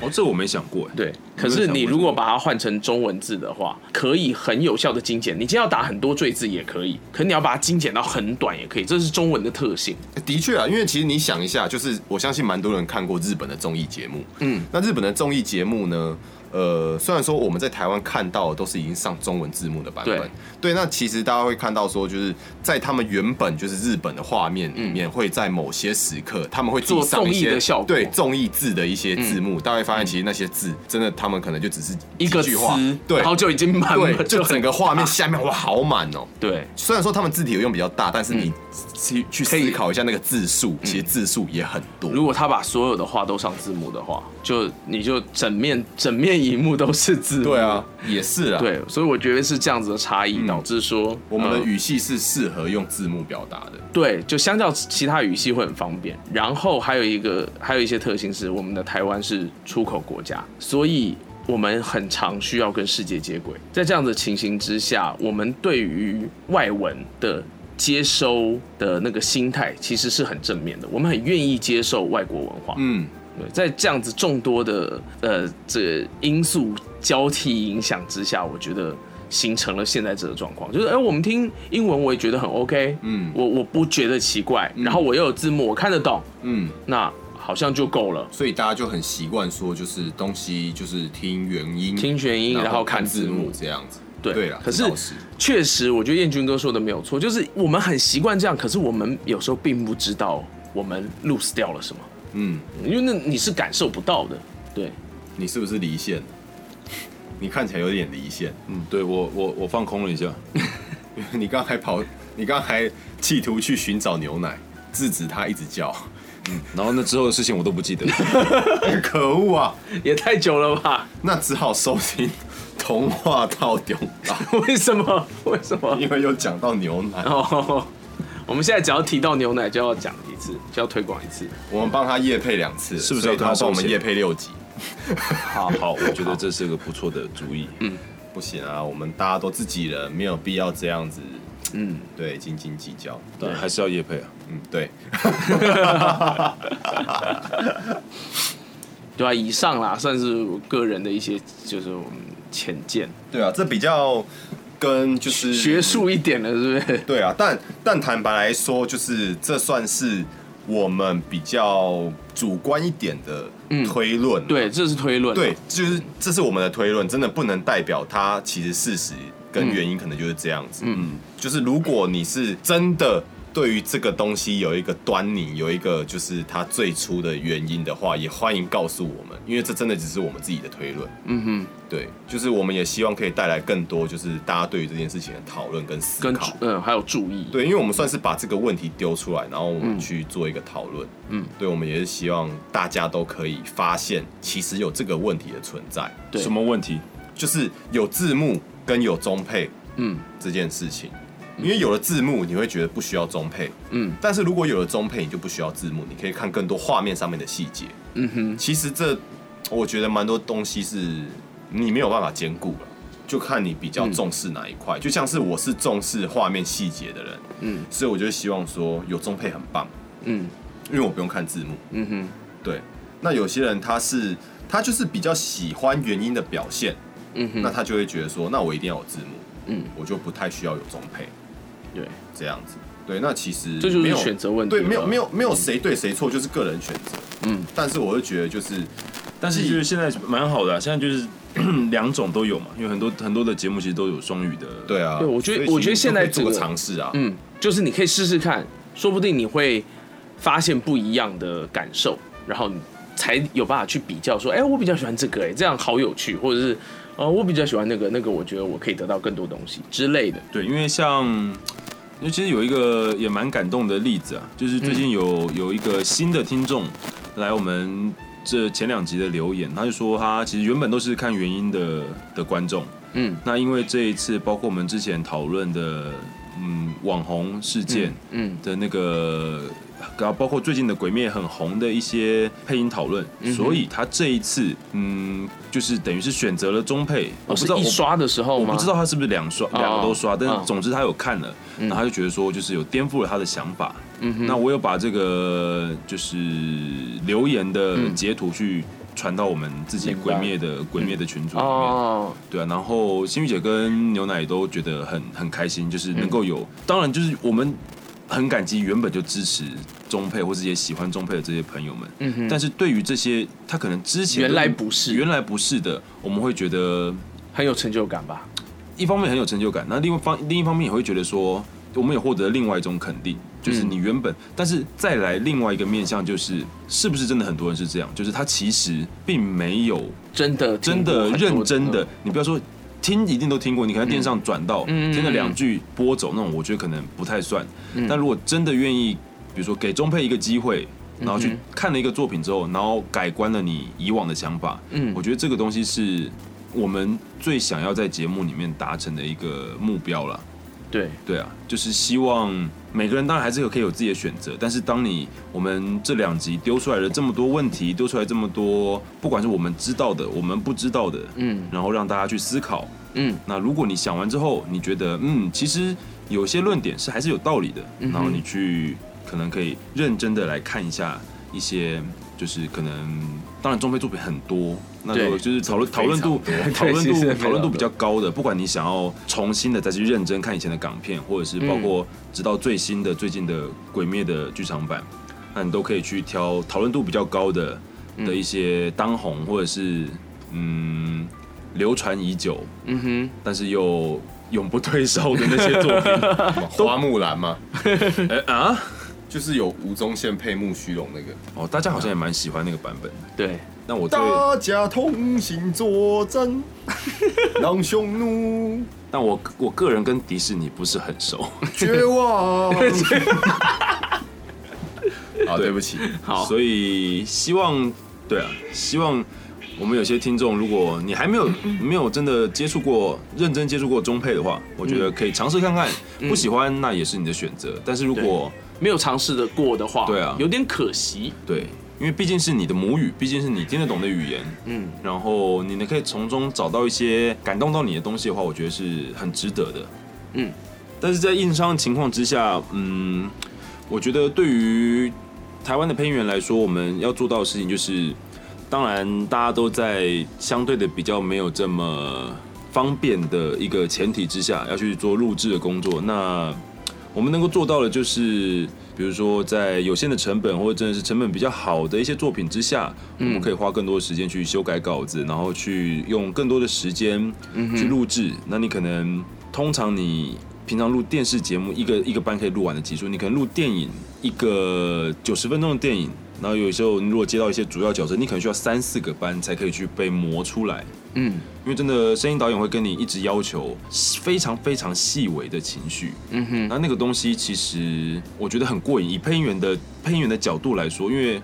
Speaker 3: 哦，这我没想过哎。
Speaker 5: 对，可是你如果把它换成中文字的话，可以很有效的精简。你今天要打很多赘字也可以，可你要把它精简到很短也可以，这是中文的特性。
Speaker 4: 的确啊，因为其实你想一下，就是我相信蛮多人看过日本的综艺节目。
Speaker 5: 嗯，
Speaker 4: 那日本的综艺节目呢，呃，虽然说我们在台湾看到的都是已经上中文字幕的版本，
Speaker 5: 对
Speaker 4: 那其实大家会看到说，就是在他们原本就是日本的画面里面，会在某些时刻他们会自己
Speaker 5: 嗯做
Speaker 4: 上一
Speaker 5: 综艺
Speaker 4: 些
Speaker 5: 的效果嗯
Speaker 4: 对综艺字的一些字幕，大家会发现其实那些字真的他们可能就只是
Speaker 5: 一个
Speaker 4: 几句
Speaker 5: 词
Speaker 4: 话，，对
Speaker 5: 然后就已经满了，
Speaker 4: 对，就整个画面下面哇好满哦、
Speaker 5: 对。
Speaker 4: 虽然说他们字体有用比较大，但是
Speaker 5: 嗯
Speaker 4: 你去去思考一下那个字数，其实字数也很多。
Speaker 5: 如果他把所有的话都上字幕的话，就你就整面整面面荧幕都是字幕，
Speaker 4: 对啊，也是啊，，
Speaker 5: 对，所以我觉得是这样子的差异，导致说
Speaker 4: 我们的
Speaker 5: 呃
Speaker 4: 语系是适合用字幕表达的，
Speaker 5: 对，就相较其他语系会很方便。然后还有一个，还有一些特性是，我们的台湾是出口国家，所以我们很常需要跟世界接轨。在这样的情形之下，我们对于外文的接收的那个心态其实是很正面的，我们很愿意接受外国文化。
Speaker 4: 嗯，
Speaker 5: 对，在这样子众多的呃这因素交替影响之下，我觉得形成了现在这个状况，就是哎、我们听英文我也觉得很 OK，
Speaker 4: 嗯
Speaker 5: 我我不觉得奇怪，然后我又有字幕，我看得懂，
Speaker 4: 嗯，
Speaker 5: 那好像就够了。
Speaker 4: 所以大家就很习惯说，就是东西就是听原音，
Speaker 5: 听原音，然后看字
Speaker 4: 字
Speaker 5: 幕
Speaker 4: 幕，这样子。
Speaker 5: 对
Speaker 4: 对啦
Speaker 5: 可是
Speaker 4: 这倒是
Speaker 5: 确实，我觉得燕军哥说的没有错，就是我们很习惯这样，可是我们有时候并不知道我们 lose 掉了什么，
Speaker 4: 嗯，
Speaker 5: 因为那你是感受不到的。对，
Speaker 4: 你是不是离线？你看起来有点离线，
Speaker 3: 嗯，对我我我放空了一下，
Speaker 4: 你刚还跑，你刚还企图去寻找牛奶，制止他一直叫，
Speaker 3: 然后那之后的事情我都不记得。
Speaker 4: 可恶啊！
Speaker 5: 也太久了吧？
Speaker 4: 那只好收听童话到永道，
Speaker 5: 为什么？为什么？
Speaker 4: 因为又讲到牛奶，
Speaker 5: 哦，我们现在只要提到牛奶就要讲一次，就要推广一次。
Speaker 4: 我们帮他夜配两次，
Speaker 3: 是不是
Speaker 4: 所以
Speaker 3: 要跟他
Speaker 4: 他帮我
Speaker 3: 收
Speaker 4: 们
Speaker 3: 钱
Speaker 4: 夜配六集？
Speaker 3: 好嗯好，我觉得这是个不错的主意。
Speaker 4: 不行啊，我们大家都自己人，没有必要这样子，
Speaker 5: 嗯，
Speaker 4: 对，斤斤计较。
Speaker 3: 对，还是要叶配啊。
Speaker 4: 嗯，对，
Speaker 5: 对啊，以上啦，算是我个人的一些就是我们浅见、
Speaker 4: 对啊，这比较跟就是
Speaker 5: 学术一点的，是不是？
Speaker 4: 对啊，但但坦白来说，就是这算是我们比较主观一点的
Speaker 3: 嗯
Speaker 4: 推论、啊
Speaker 5: 对，这是推论。
Speaker 4: 对，，就是这是我们的推论，真的不能代表它其实事实跟
Speaker 5: 嗯
Speaker 4: 原因可能就是这样子。嗯，就是如果你是真的对于这个东西有一个端倪，有一个就是它最初的原因的话，也欢迎告诉我们，因为这真的只是我们自己的推论。
Speaker 5: 嗯
Speaker 4: 对，就是我们也希望可以带来更多就是大家对于这件事情的讨论跟
Speaker 5: 哼，
Speaker 4: 思
Speaker 5: 跟
Speaker 4: 考。
Speaker 5: 嗯还有注意。
Speaker 4: 对，因为我们算是把这个问题丢出来，然后我
Speaker 5: 嗯
Speaker 4: 们去做一个讨论。嗯，对，我们也是希望大家都可以发现，其实有这个问题的存在，
Speaker 5: 对
Speaker 3: 什么问题？
Speaker 4: 就是有字幕跟有中配
Speaker 5: 嗯
Speaker 4: 这件事情。因为有了字幕，你会觉得不需要中配，
Speaker 5: 嗯
Speaker 4: 但是如果有了中配，你就不需要字幕，你可以看更多画面上面的细节。
Speaker 5: 嗯哼，
Speaker 4: 其实这我觉得蛮多东西是你没有办法兼顾了，就看你比较重视哪一块。就像是我是重视画面细节的人，
Speaker 5: 嗯
Speaker 4: 所以我就希望说有中配很棒，
Speaker 5: 嗯
Speaker 4: 因为我不用看字幕。
Speaker 5: 嗯哼，
Speaker 4: 对，那有些人他是他就是比较喜欢原因的表现，
Speaker 5: 嗯
Speaker 4: 那
Speaker 5: 哼，
Speaker 4: 他就会觉得说，那我一定要有字幕，
Speaker 5: 嗯，
Speaker 4: 我就不太需要有中配
Speaker 5: 对，
Speaker 4: 这样子。对，那其实
Speaker 5: 这就是
Speaker 4: 没有
Speaker 5: 选择问题
Speaker 4: 对，没有
Speaker 5: 了
Speaker 4: 没有没有谁对谁错，就是个人选择。
Speaker 5: 嗯，
Speaker 4: 但是我会觉得就是
Speaker 3: 但是就是现在蛮好的、啊，现在就是 两种都有嘛，因为很多很多的节目其实都有双语的。
Speaker 4: 对啊，
Speaker 5: 对我觉
Speaker 4: 所以其
Speaker 5: 得
Speaker 4: 实
Speaker 5: 我觉得现在
Speaker 4: 你都可以做
Speaker 5: 这
Speaker 4: 个
Speaker 5: 个
Speaker 4: 尝试啊，
Speaker 5: 嗯，就是你可以试试看，说不定你会发现不一样的感受，然后你才有办法去比较，说，哎、我比较喜欢这个、哎，这样好有趣，或者是，哦，我比较喜欢那个，那个我觉得我可以得到更多东西之类的。
Speaker 3: 对，因为像，因为其实有一个也蛮感动的例子啊，就是最
Speaker 5: 嗯
Speaker 3: 近有、有一个新的听众来我们这前两集的留言，他就说他其实原本都是看原因的的观众，
Speaker 5: 嗯
Speaker 3: 那因为这一次包括我们之前讨论的嗯网红事件
Speaker 5: 嗯
Speaker 3: 的那个。然后包括最近的《鬼灭》很红的一些配音讨论，
Speaker 5: 嗯
Speaker 3: 所以他这一次，嗯，就是等于是选择了中配，我不
Speaker 5: 我哦是
Speaker 3: 知道
Speaker 5: 一
Speaker 3: 我
Speaker 5: 刷的时候
Speaker 3: 我
Speaker 5: 吗？
Speaker 3: 不知道他是不是两刷，
Speaker 5: 哦
Speaker 3: 两个都刷，但
Speaker 5: 嗯
Speaker 3: 是总之他有看了，然后他就觉得说，就是有颠覆了他的想法。
Speaker 5: 嗯哼
Speaker 3: 那我有把这个就是留言的截图去传到我们自己
Speaker 5: 明白嗯
Speaker 3: 鬼灭的鬼灭的群组里面，
Speaker 5: 哦，
Speaker 3: 对啊。然后心雨姐跟牛奶都觉得很很开心，就是
Speaker 5: 嗯
Speaker 3: 能够有，当然就是我们很感激原本就支持中配或是也喜欢中配的这些朋友们，
Speaker 5: 嗯哼，
Speaker 3: 但是对于这些他可能之前
Speaker 5: 原来不是
Speaker 3: 原来不是的，我们会觉得
Speaker 5: 很有成就感吧？
Speaker 3: 一方面很有成就感，那另一方另一方面也会觉得说，我们也获得了另外一种肯定，就是你原本，但是再来另外一个面向，就是是不是真的很多人是这样，就是他其实并没有
Speaker 5: 真的，嗯
Speaker 3: 真的认真的，，你不要说。听一定都听过，你可能在电视上转到、
Speaker 5: 嗯嗯嗯嗯
Speaker 3: 听了两句播走那种，我觉得可能不太算。但如果真的愿意，比如说给中配一个机会，然
Speaker 5: 嗯
Speaker 3: 后去看了一个作品之后，然后改观了你以往的想法。
Speaker 5: 嗯
Speaker 3: 我觉得这个东西是我们最想要在节目里面达成的一个目标了。
Speaker 5: 对，
Speaker 3: 对啊，就是希望每个人当然还是有可以有自己的选择，但是当你我们这两集丢出来了这么多问题，丢出来这么多，不管是我们知道的，我们不知道的，
Speaker 5: 嗯
Speaker 3: 然后让大家去思考。
Speaker 5: 嗯，
Speaker 3: 那如果你想完之后，你觉得嗯，其实有些论点是还是有道理的，
Speaker 5: 嗯哼
Speaker 3: 然后你去可能可以认真的来看一下一些，就是可能当然中非作品很多，那
Speaker 5: 对
Speaker 3: 如果就是讨论讨
Speaker 4: 非
Speaker 3: 论
Speaker 4: 常
Speaker 3: 度
Speaker 4: 多
Speaker 3: 讨论
Speaker 5: 其实非
Speaker 3: 度
Speaker 5: 常
Speaker 3: 讨论度比较高的，不管你想要重新的再去认真看以前的港片，或者是
Speaker 5: 嗯
Speaker 3: 包括直到最新的最近的《鬼灭》的剧场版，那你都可以去挑讨论度比较高的的一些当红或者是嗯流传已久，
Speaker 5: 嗯哼，
Speaker 3: 但是又永不退烧的那些作 品。
Speaker 4: 花木兰吗？
Speaker 3: 哎
Speaker 5: 呃
Speaker 3: 啊，
Speaker 4: 就是有吴宗宪配木须龙那个。
Speaker 3: 哦，大家好像也蛮喜欢那个版本的。
Speaker 5: 对，
Speaker 3: 那我对，
Speaker 4: 大家同心作 战，让匈奴
Speaker 3: 但我我个人跟迪士尼不是很熟，
Speaker 4: 绝 望。啊，对不起，
Speaker 5: 好，
Speaker 3: 所以希望，对啊，希望我们有些听众，如果你还没有没有真的接触过、认真接触过中配的话，我觉得可以尝试看看。不喜欢那也是你的选择，但是如果
Speaker 5: 没有尝试的过的话，
Speaker 3: 对啊
Speaker 5: 有点可惜。
Speaker 3: 对，因为毕竟是你的母语，毕竟是你听得懂的语言，
Speaker 5: 嗯，
Speaker 3: 然后你呢可以从中找到一些感动到你的东西的话，我觉得是很值得的。
Speaker 5: 嗯，
Speaker 3: 但是在硬伤情况之下，嗯，我觉得对于台湾的配音员来说，我们要做到的事情就是，当然大家都在相对的比较没有这么方便的一个前提之下，要去做录制的工作。那我们能够做到的就是，比如说在有限的成本或者真的是成本比较好的一些作品之下，我们可以花更多的时间去修改稿子，然后去用更多的时间去录制。那你可能通常你平常录电视节目一个一个班可以录完的集数，你可能录电影一个九十分钟的电影，然后有时候你如果接到一些主要角色，你可能需要三四个班才可以去被磨出来。
Speaker 5: 嗯
Speaker 3: 因为真的声音导演会跟你一直要求非常非常细微的情绪，
Speaker 5: 嗯哼，
Speaker 3: 那那个东西其实我觉得很过瘾。以配音员的配音员的角度来说，因为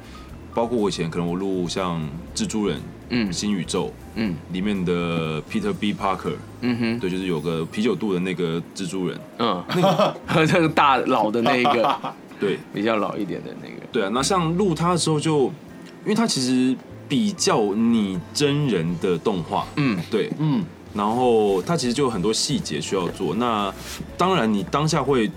Speaker 3: 包括我以前可能我录像《蜘蛛人》
Speaker 5: 嗯
Speaker 3: 新宇宙》
Speaker 5: 嗯
Speaker 3: 里面的 Peter B. Parker，
Speaker 5: 嗯哼，
Speaker 3: 对，就是有个啤酒肚的那个蜘蛛人，
Speaker 5: 嗯，那个 那个大老的那一个，
Speaker 3: 对
Speaker 5: 比较老一点的那个，
Speaker 3: 对啊。那像录他的时候就，因为他其实比较拟真人的动画，
Speaker 5: 嗯
Speaker 3: 对，
Speaker 4: 嗯，
Speaker 3: 然后它其实就有很多细节需要做。那当然，你当下会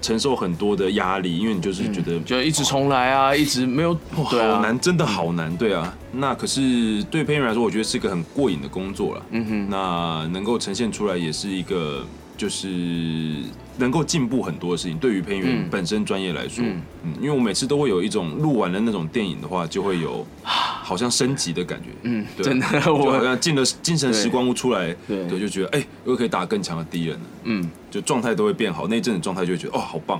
Speaker 3: 承受很多的压力，因为你就是
Speaker 5: 嗯
Speaker 3: 觉得、
Speaker 5: 就一直重来啊，一直没有，
Speaker 3: 哇
Speaker 5: 对啊，
Speaker 3: 好难，真的好难，对啊。那可是对配音员来说，我觉得是一个很过瘾的工作了。
Speaker 5: 嗯哼，
Speaker 3: 那能够呈现出来，也是一个就是能够进步很多的事情。对于配音员
Speaker 5: 嗯
Speaker 3: 本身专业来说，
Speaker 5: 嗯
Speaker 3: 嗯因为我每次都会有一种录完了那种电影的话，就会 有好像升级的感觉。
Speaker 5: 嗯
Speaker 3: 对啊
Speaker 5: 真的
Speaker 3: 就
Speaker 5: 我
Speaker 3: 好像进了精神时光屋出来，
Speaker 5: 对
Speaker 3: 对，就觉得哎、又可以打更强的敌人了，
Speaker 5: 嗯。
Speaker 3: 就状态都会变好。那一阵子状态就会觉得哦，好棒。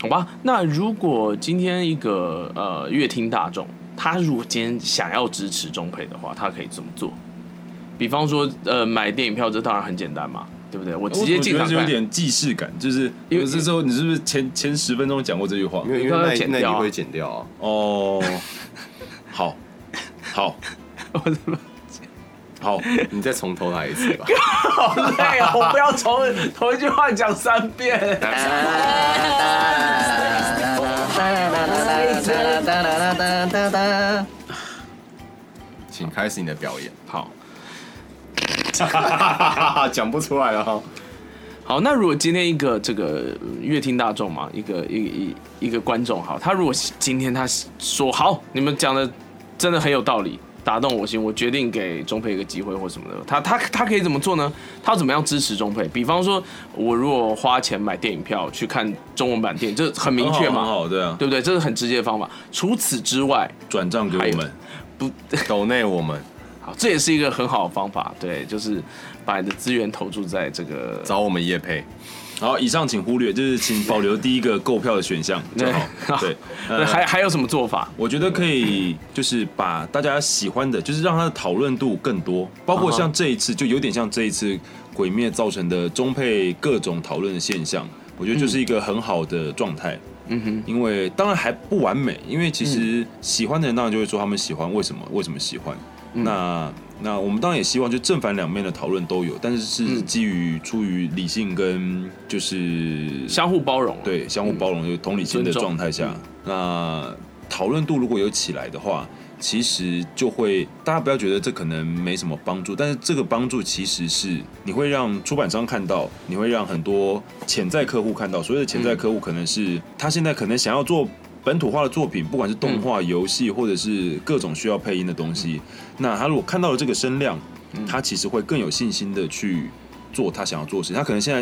Speaker 5: 好吧，那如果今天一个呃乐听大众，他如果今天想要支持中配的话，他可以怎么做？比方说，呃，买电影票这当然很简单嘛，对不对？我直接进场
Speaker 3: 我觉得有
Speaker 5: 看，
Speaker 3: 点既视感，就是
Speaker 5: 因
Speaker 3: 因
Speaker 5: 为
Speaker 3: 为这时候你是不是前前十分钟讲过这句话
Speaker 4: 因？为因
Speaker 5: 你刚刚
Speaker 4: 为
Speaker 5: 剪
Speaker 4: 那那
Speaker 5: 掉啊
Speaker 4: 你会剪掉啊。
Speaker 3: 哦，好，好，
Speaker 5: 我怎 么
Speaker 3: 好，
Speaker 4: 你再从头来一次吧。
Speaker 5: 好累啊！我不要从 同一句话讲三遍。
Speaker 4: 请开始你的表演。
Speaker 5: 好
Speaker 4: 讲不出来了哈。
Speaker 5: 好，那如果今天一个这个呃乐听大众嘛，一个一一一个观众，好，他如果今天他说好，你们讲的真的很有道理，打动我心，我决定给中配一个机会或什么的，他他他可以怎么做呢？他怎么样支持中配？比方说，我如果花钱买电影票去看中文版电影，这很明确
Speaker 3: 很好很
Speaker 5: 嘛，
Speaker 3: 好，对啊，
Speaker 5: 对不对？这是很直接的方法。除此之外，
Speaker 3: 转账给我
Speaker 5: 还有
Speaker 3: 们，
Speaker 5: 不，
Speaker 4: 抖内我们
Speaker 5: 好，这也是一个很好的方法，对，就是把你的资源投注在这个
Speaker 4: 找我们叶配，
Speaker 3: 好，以上请忽略，就是请保留第一个购票的选项就 好。对，
Speaker 5: 那
Speaker 3: 呃
Speaker 5: 还还有什么做法？
Speaker 3: 我觉得可以，就是把大家喜欢的，就是让它的讨论度更多，包
Speaker 5: 啊
Speaker 3: 括像这一次，就有点像这一次《鬼灭》造成的中配各种讨论的现象。我觉得就是一个很好的状态。
Speaker 5: 嗯哼，
Speaker 3: 因为当然还不完美，因为其实喜欢的人当然就会说他们喜欢，为什么？为什么喜欢？
Speaker 5: 嗯
Speaker 3: 那那我们当然也希望就正反两面的讨论都有，但是是
Speaker 5: 嗯
Speaker 3: 基于出于理性跟就是
Speaker 5: 相互包容啊，
Speaker 3: 对相互包容、有同理心的
Speaker 5: 尊重嗯
Speaker 3: 状态下，那讨论度如果有起来的话，其实就会大家不要觉得这可能没什么帮助，但是这个帮助其实是你会让出版商看到，你会让很多潜在客户看到。所谓的潜在客户，可能是、他现在可能想要做。本土化的作品，不管是动画、游戏，或者是各种需要配音的东西，
Speaker 5: 嗯
Speaker 3: 那他如果看到了这个声量，他其实会更有信心的去做他想要做的事情。他可能现在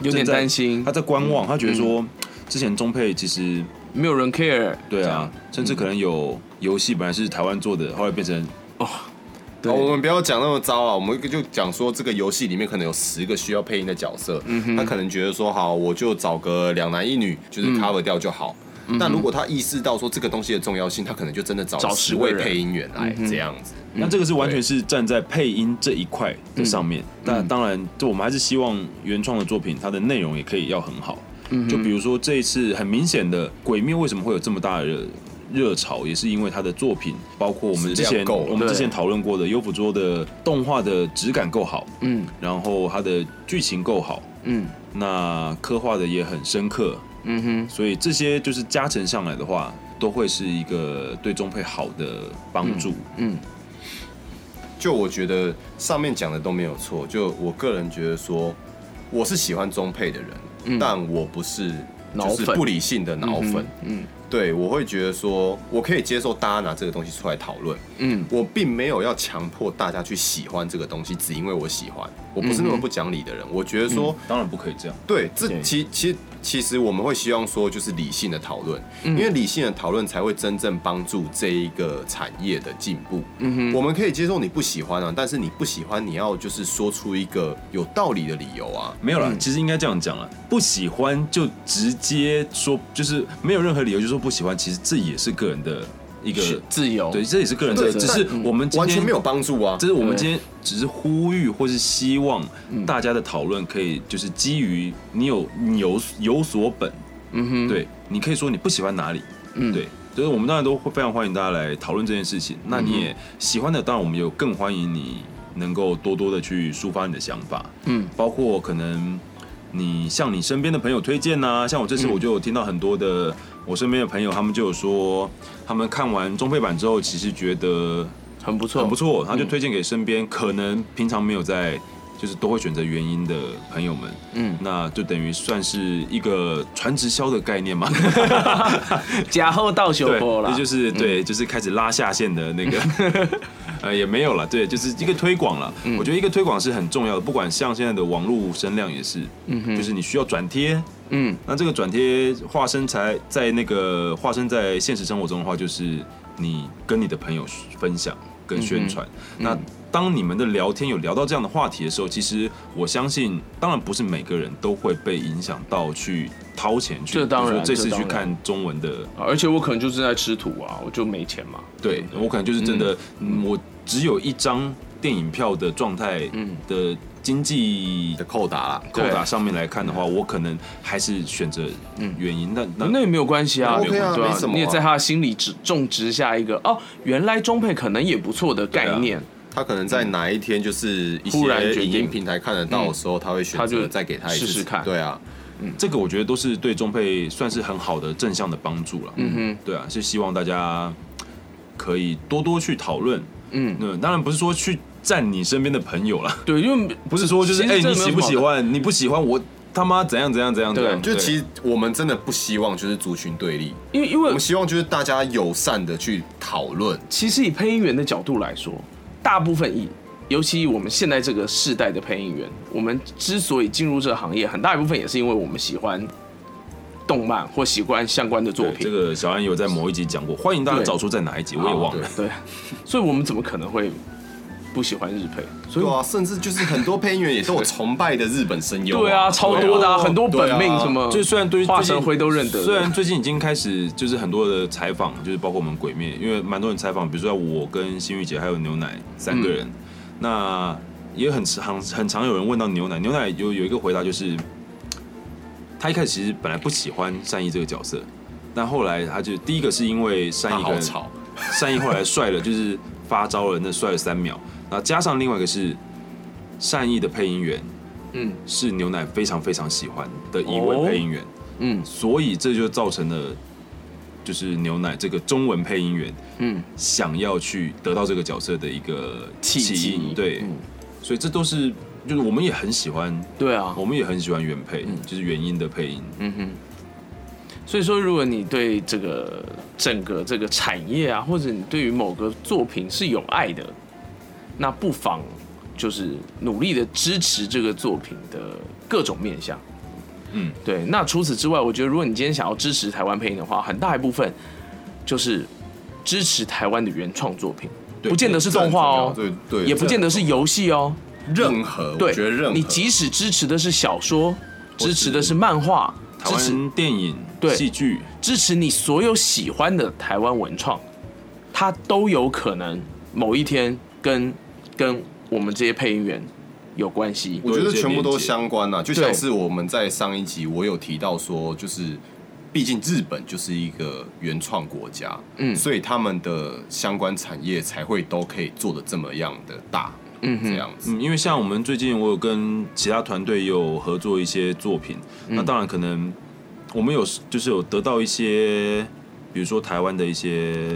Speaker 5: 有
Speaker 3: 正
Speaker 5: 点
Speaker 3: 在
Speaker 5: 担心
Speaker 3: 他在观望，他觉得说之前中配其实
Speaker 5: 没有人 care，
Speaker 3: 对
Speaker 5: 这
Speaker 3: 啊
Speaker 5: 样，，
Speaker 3: 甚至可能有游戏本来是台湾做的，后来变成
Speaker 5: 对
Speaker 4: 好我们不要讲那么糟啊，我们就讲说这个游戏里面可能有十个需要配音的角色，
Speaker 5: 嗯
Speaker 4: 他可能觉得说好，我就找个两男一女，就是
Speaker 5: 嗯
Speaker 4: cover 掉就好。但如果他意识到说这个东西的重要性，他可能就真的找
Speaker 5: 找
Speaker 4: 十
Speaker 5: 10个
Speaker 4: 位
Speaker 5: 人嗯
Speaker 4: 配音员来这样子。
Speaker 3: 那这个是完全是站在配音这一块的上面。那、
Speaker 5: 嗯
Speaker 3: 当然，就我们还是希望原创的作品它的内容也可以要很好。
Speaker 5: 嗯
Speaker 3: 就比如说这一次很明显的《鬼灭》为什么会有这么大的热热潮，也是因为它的作品，包括我们之
Speaker 4: 质
Speaker 3: 前
Speaker 4: 量够
Speaker 3: 我们之前讨论过的《幽浮桌》的动画的质感够好，
Speaker 5: 嗯
Speaker 3: 然后它的剧情够好，
Speaker 5: 嗯
Speaker 3: 那刻画的也很深刻，
Speaker 5: 嗯哼，
Speaker 3: 所以这些就是加成上来的话，都会是一个对中配好的帮助。
Speaker 5: 嗯
Speaker 4: 就我觉得上面讲的都没有错，就我个人觉得说，我是喜欢中配的人，但我不是
Speaker 5: 嗯脑
Speaker 4: 就是
Speaker 5: 粉
Speaker 4: 不理性的脑粉。
Speaker 5: 嗯
Speaker 4: 对，我会觉得说，我可以接受大家拿这个东西出来讨论，
Speaker 5: 嗯
Speaker 4: 我并没有要强迫大家去喜欢这个东西，只因为我喜欢。我不是那么不讲理的人，我觉得说，
Speaker 3: 当然不可以这样，
Speaker 5: 嗯
Speaker 4: 对，这
Speaker 3: 对
Speaker 4: 其其其实我们会希望说，就是理性的讨论，因
Speaker 5: 嗯
Speaker 4: 为理性的讨论才会真正帮助这一个产业的进步。
Speaker 5: 嗯
Speaker 4: 我们可以接受你不喜欢啊，但是你不喜欢，你要就是说出一个有道理的理由啊。
Speaker 3: 没有啦，其实应该这样讲啦，不喜欢就直接说，就是没有任何理由就说不喜欢，其实这也是个人的一个
Speaker 5: 是自由，
Speaker 3: 对，这也是个人
Speaker 4: 对
Speaker 3: 的，
Speaker 4: 但
Speaker 3: 只是我们今
Speaker 4: 完
Speaker 3: 天
Speaker 4: 全没有，帮助啊
Speaker 3: 这！是我们
Speaker 5: 对
Speaker 3: 今天只是呼吁或是希望
Speaker 4: 嗯
Speaker 3: 大家的讨论可以就是基于你有你有有所本，
Speaker 5: 嗯哼，
Speaker 3: 对，你可以说你不喜欢哪里，
Speaker 5: 嗯
Speaker 3: 对，就是我们当然都会非常欢迎大家来讨论这件事情。那你也喜欢的，当然我们有更欢迎你能够多多的去抒发你的想法，
Speaker 5: 嗯
Speaker 3: 包括可能你向你身边的朋友推荐呐、像我
Speaker 5: 嗯
Speaker 3: 这次我就有听到很多的、我身边的朋友，他们就有说，他们看完中配版之后，其实觉得
Speaker 5: 很不错，
Speaker 3: 很不，错，他就推荐给身边、可能平常没有在。就是都会选择原因的朋友们，
Speaker 5: 嗯，
Speaker 3: 那就等于算是一个传直销的概念 嘛。
Speaker 5: 假后到修
Speaker 3: 对，
Speaker 5: 波啦，嗯
Speaker 3: 这就是对，就是开始拉下线的那个， 呃，也没有了，对，就是一个推广了。
Speaker 5: 嗯
Speaker 3: 我觉得一个推广是很重要的，不管像现在的网络声量也是，就是你需要转贴，
Speaker 5: 嗯
Speaker 3: 那这个转贴化身才在那个化身在现实生活中的话，就是你跟你的朋友分享跟
Speaker 5: 嗯
Speaker 3: 宣传。那当你们的聊天有聊到这样的话题的时候，其实我相信，当然不是每个人都会被影响到去掏钱去，
Speaker 5: 这当然
Speaker 3: 比如说这次
Speaker 5: 这当
Speaker 3: 去
Speaker 5: 然
Speaker 3: 看中文的
Speaker 5: 而且我可能就是在吃土啊，我就没钱嘛，
Speaker 3: 对我可能就是真的，嗯我只有一张电影票的状态
Speaker 5: 嗯
Speaker 3: 的经济
Speaker 4: 的扣打啦，
Speaker 3: 扣打上面来看的话，我可能还是选择原因。那那
Speaker 5: 嗯那也没有关系啊
Speaker 4: OK 啊
Speaker 5: 对
Speaker 4: 没什么啊
Speaker 5: 你也在他的心里植种植下一个哦，原来中配可能也不错的
Speaker 3: 啊
Speaker 5: 概念，
Speaker 4: 他可能在哪一天就是一
Speaker 5: 忽然决
Speaker 4: 些
Speaker 5: 定嗯
Speaker 4: 影音平台看得到的时候，他会选
Speaker 5: 他就
Speaker 4: 择再给他一次
Speaker 5: 试试看
Speaker 4: 对啊，
Speaker 3: 这个我觉得都是对中配算是很好的正向的帮助了。嗯
Speaker 5: 哼，
Speaker 3: 对啊，是希望大家可以多多去讨论。
Speaker 5: 嗯，
Speaker 3: 那当然不是说去占你身边的朋友 啦，
Speaker 5: 对，因为
Speaker 3: 不是说就是
Speaker 5: 其
Speaker 3: 哎、
Speaker 5: 实这
Speaker 3: 你
Speaker 5: 没有
Speaker 3: 喜不
Speaker 5: 什么
Speaker 3: 喜
Speaker 5: 好
Speaker 3: 欢？你不喜欢我他妈怎样怎样怎样怎样？
Speaker 4: 就
Speaker 3: 对
Speaker 4: 其实我们真的不希望就是族群对立，
Speaker 5: 因为因
Speaker 4: 我
Speaker 5: 为
Speaker 4: 们希望就是大家友善的去讨论。
Speaker 5: 其实以配音员的角度来说，大部分以尤其我们现在这个世代的配音员，我们之所以进入这个行业，很大一部分也是因为我们喜欢动漫或喜欢相关的作
Speaker 3: 对
Speaker 5: 品。
Speaker 3: 这个小安有在某一集讲过，欢迎大家
Speaker 5: 对
Speaker 3: 找出在哪一集，我也忘了。
Speaker 5: 对， 所以我们怎么可能会不喜欢日配？所以
Speaker 4: 对啊，甚至就是很多配音员也都有崇拜的日本声优啊、
Speaker 5: 对啊，超多的、啊，很多本命什么，
Speaker 3: 就虽然对于
Speaker 5: 化
Speaker 3: 最近
Speaker 5: 神灰都认得的
Speaker 3: 虽然最近已经开始就是很多的采访，就是包括我们鬼灭，因为蛮多人采访，比如说我跟新玉姐还有牛奶三个
Speaker 5: 嗯
Speaker 3: 人，那也很常很常有人问到牛奶，牛奶有有一个回答就是。他一开始其实本来不喜欢善意这个角色，但后来他就第一个是因为善意
Speaker 4: 好
Speaker 3: 跟
Speaker 4: 吵，
Speaker 3: 善意后来帅了，就是发招了，那帅了三秒，然后加上另外一个是善意的配音员
Speaker 5: 嗯
Speaker 3: 是牛奶非常非常喜欢的一
Speaker 5: 哦
Speaker 3: 位配音员，
Speaker 5: 嗯
Speaker 3: 所以这就造成了就是牛奶这个中文配音员
Speaker 5: 嗯，
Speaker 3: 想要去得到这个角色的一个
Speaker 5: 契机
Speaker 3: 起因对，
Speaker 5: 嗯
Speaker 3: 所以这都是就是我们也很喜欢，
Speaker 5: 对啊，
Speaker 3: 我们也很喜欢原配，就是原音的配音，
Speaker 5: 嗯哼。所以说，如果你对这个整个这个产业啊，或者你对于某个作品是有爱的，那不妨就是努力的支持这个作品的各种面向。
Speaker 3: 嗯，
Speaker 5: 对。那除此之外，我觉得如果你今天想要支持台湾配音的话，很大一部分就是支持台湾的原创作品，
Speaker 4: 对
Speaker 5: 不见得是动画哦，
Speaker 4: 对对，
Speaker 5: 也不见得是游戏哦。
Speaker 4: 任何，我
Speaker 5: 对，
Speaker 4: 觉得任何，
Speaker 5: 你即使支持的是小说，支持的是漫画，
Speaker 3: 台
Speaker 5: 支持
Speaker 3: 湾电影、
Speaker 5: 对
Speaker 3: 戏剧，
Speaker 5: 支持你所有喜欢的台湾文创，它都有可能某一天跟跟我们这些配音员有关系。
Speaker 4: 我觉
Speaker 3: 有
Speaker 4: 得
Speaker 3: 一些
Speaker 4: 全部都
Speaker 3: 连接
Speaker 4: 相关呐、啊就像是我们在上一集我有提到说，就是毕竟日本就是一个原创国家，
Speaker 5: 嗯
Speaker 4: 所以他们的相关产业才会都可以做的这么样的大，
Speaker 5: 嗯哼
Speaker 4: 这样子。
Speaker 3: 嗯，因为像我们最近我有跟其他团队有合作一些作品，
Speaker 5: 嗯
Speaker 3: 那当然可能我们有就是有得到一些，比如说台湾的一些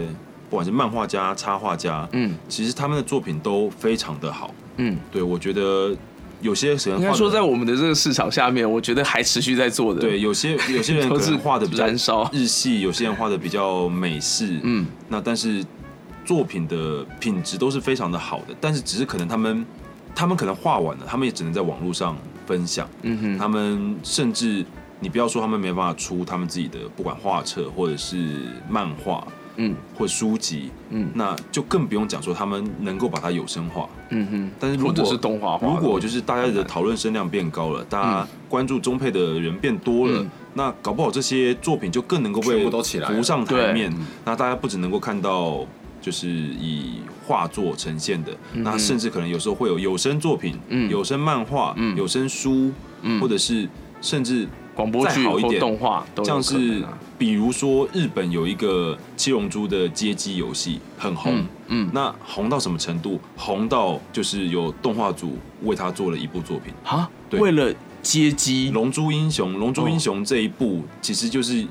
Speaker 3: 不管是漫画家、插画家，
Speaker 5: 嗯
Speaker 3: 其实他们的作品都非常的好。
Speaker 5: 嗯，
Speaker 3: 对我觉得有些人
Speaker 5: 应该
Speaker 3: 画得
Speaker 5: 说在我们的这个市场下面，我觉得还持续在做的。
Speaker 3: 对，有些有些人
Speaker 5: 都
Speaker 3: 可
Speaker 5: 是
Speaker 3: 能画的比较
Speaker 5: 燃烧
Speaker 3: 日系，有些人画的比较美式，
Speaker 5: 嗯，
Speaker 3: 那但是作品的品质都是非常的好的，但是只是可能他们他们可能画完了，他们也只能在网络上分享，
Speaker 5: 嗯哼，
Speaker 3: 他们甚至你不要说他们没办法出他们自己的不管画册或者是漫画
Speaker 5: 嗯
Speaker 3: 或书籍，
Speaker 5: 嗯
Speaker 3: 那就更不用讲说他们能够把它有声化，
Speaker 5: 嗯哼，
Speaker 3: 但是如
Speaker 5: 或
Speaker 3: 果
Speaker 5: 者是动画化的。
Speaker 3: 如果就是大家的讨论声量变高了，大家关注中配的人变多了，
Speaker 5: 嗯
Speaker 3: 那搞不好这些作品就更能够
Speaker 4: 全
Speaker 3: 被
Speaker 4: 部都起来了
Speaker 3: 浮上台面。
Speaker 5: 嗯
Speaker 3: 那大家不只能够看到就是以画作呈现的，那甚至可能有时候会有有声作品、
Speaker 5: 嗯
Speaker 3: 有声漫画、有声书，或者是甚至
Speaker 5: 广播剧
Speaker 3: 再好一
Speaker 5: 或
Speaker 3: 点
Speaker 5: 动画都有
Speaker 3: 像
Speaker 5: 可
Speaker 3: 是
Speaker 5: 能啊
Speaker 3: 比如说日本有一个《七龙珠》的街机游戏很红
Speaker 5: 嗯，嗯
Speaker 3: 那红到什么程度？红到就是有动画组为他做了一部作品。
Speaker 5: 啊，
Speaker 3: 对
Speaker 5: 为了接机
Speaker 3: 《龙珠英雄》《龙珠英雄》这一部其实就是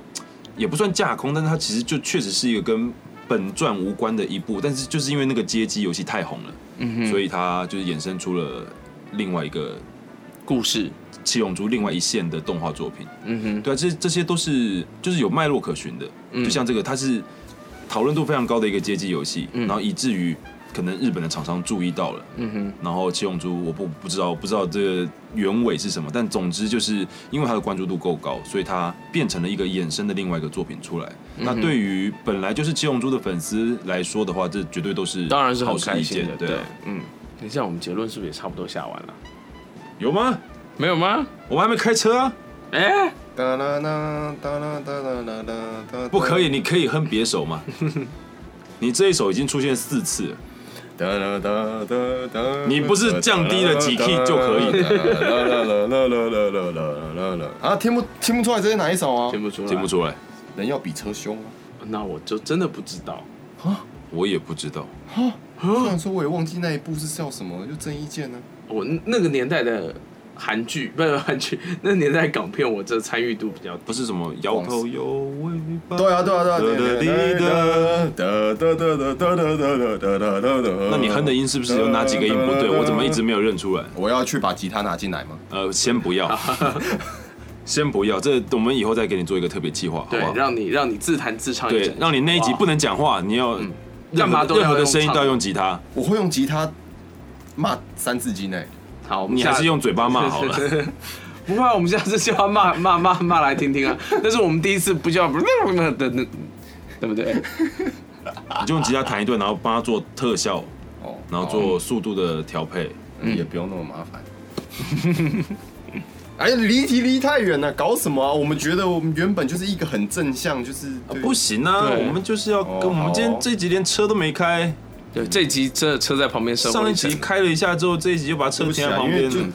Speaker 3: 也不算架空，但是它其实就确实是一个跟本传无关的一部，但是就是因为那个街机游戏太红了，
Speaker 5: 嗯
Speaker 3: 所以它就是衍生出了另外一个
Speaker 5: 故事，
Speaker 3: 《七龙珠》另外一线的动画作品。
Speaker 5: 嗯哼，
Speaker 3: 对啊，这这些都是就是有脉络可循的，
Speaker 5: 嗯
Speaker 3: 就像这个，它是讨论度非常高的一个街机游戏，然后以至于可能日本的厂商注意到了，
Speaker 5: 嗯哼，
Speaker 3: 然后七龙珠我不不知道不知道这个原委是什么，但总之就是因为它的关注度够高，所以它变成了一个衍生的另外一个作品出来。
Speaker 5: 嗯
Speaker 3: 那对于本来就是七龙珠的粉丝来说的话，这绝对都是
Speaker 5: 当然是
Speaker 3: 好
Speaker 5: 很
Speaker 3: 事
Speaker 5: 开
Speaker 3: 一
Speaker 5: 心
Speaker 3: 件
Speaker 5: 的，，
Speaker 3: 对
Speaker 5: 对
Speaker 3: 啊，
Speaker 5: 嗯。等一下，我们结论是不是也差不多下完了？
Speaker 3: 有吗？
Speaker 5: 没有吗？
Speaker 3: 我们还没开车啊！
Speaker 5: 哎、
Speaker 4: 哒啦啦哒啦哒啦啦啦哒，
Speaker 3: 不可以，你可以哼别首 嘛。你这一首已经出现四次了。
Speaker 4: 哒啦哒哒哒。
Speaker 3: 你不是降低了几 key 就可以
Speaker 4: 哒啦啦啦啦啦啦啦啦啦啊，听不听不出来这是哪一首啊
Speaker 5: 听？不出来，
Speaker 3: 听不出来，
Speaker 4: 人要比车凶啊！
Speaker 5: 那我就真的不知道。
Speaker 3: 我也不知道。
Speaker 4: 虽然说我也忘记那一部是叫什么了，就郑伊健呢。
Speaker 5: 我那个年代的韩剧，不是韩剧，那个年代港片，我这参与度比较低。
Speaker 3: 不是什么摇头有尾巴。
Speaker 4: 对啊，对啊，对啊，对
Speaker 3: 得
Speaker 4: 啊
Speaker 3: 得得得
Speaker 4: 得得得得得得得得得得得。
Speaker 3: 那你哼的音是不是有哪几个音不对？
Speaker 5: 啊
Speaker 3: 我怎么一直没有认出来？
Speaker 4: 我要去把吉他拿进来吗？
Speaker 3: 呃，先不 要，先不要，这我们以后再给你做一个特别计划，好不
Speaker 5: 对，
Speaker 3: 好？
Speaker 5: 让你让你自弹自唱一
Speaker 3: 对
Speaker 5: 整，
Speaker 3: 让你那一集
Speaker 5: 哇嗯
Speaker 3: 不能讲话，你要
Speaker 5: 干
Speaker 3: 任
Speaker 5: 嘛
Speaker 3: 何
Speaker 5: 都要
Speaker 3: 任何的
Speaker 5: 用
Speaker 3: 声音
Speaker 5: 唱
Speaker 3: 都要
Speaker 5: 的
Speaker 3: 用吉他，
Speaker 4: 我会用吉他骂三字经欸诶。
Speaker 5: 好，我们
Speaker 3: 你还
Speaker 5: 下
Speaker 3: 是用嘴巴 骂好了。
Speaker 5: 不怕，我们下次就要骂骂骂骂来听听啊。 但是我们第一次不 叫的那，对不对？
Speaker 3: 你就用吉他弹一段，然后帮他做特效，
Speaker 4: 哦，
Speaker 3: 然后做速度的调配。
Speaker 4: 也不用那么麻烦。 哎，离题离太远了，搞什么啊？我们觉得我们原本就是一个很正向，就是
Speaker 3: 啊不行啊，
Speaker 5: 对
Speaker 3: 我们就是要
Speaker 4: 哦
Speaker 3: 跟我们今
Speaker 4: 好
Speaker 3: 天
Speaker 4: 哦
Speaker 3: 这集连车都没开，
Speaker 5: 对，这集真的车在旁边生活
Speaker 3: 上
Speaker 5: 了
Speaker 3: 一
Speaker 5: 程
Speaker 3: 集开了一下之后，这一集就把车
Speaker 4: 对不起
Speaker 3: 停在
Speaker 4: 啊，
Speaker 3: 旁
Speaker 4: 因为
Speaker 3: 边
Speaker 4: 就
Speaker 3: 了。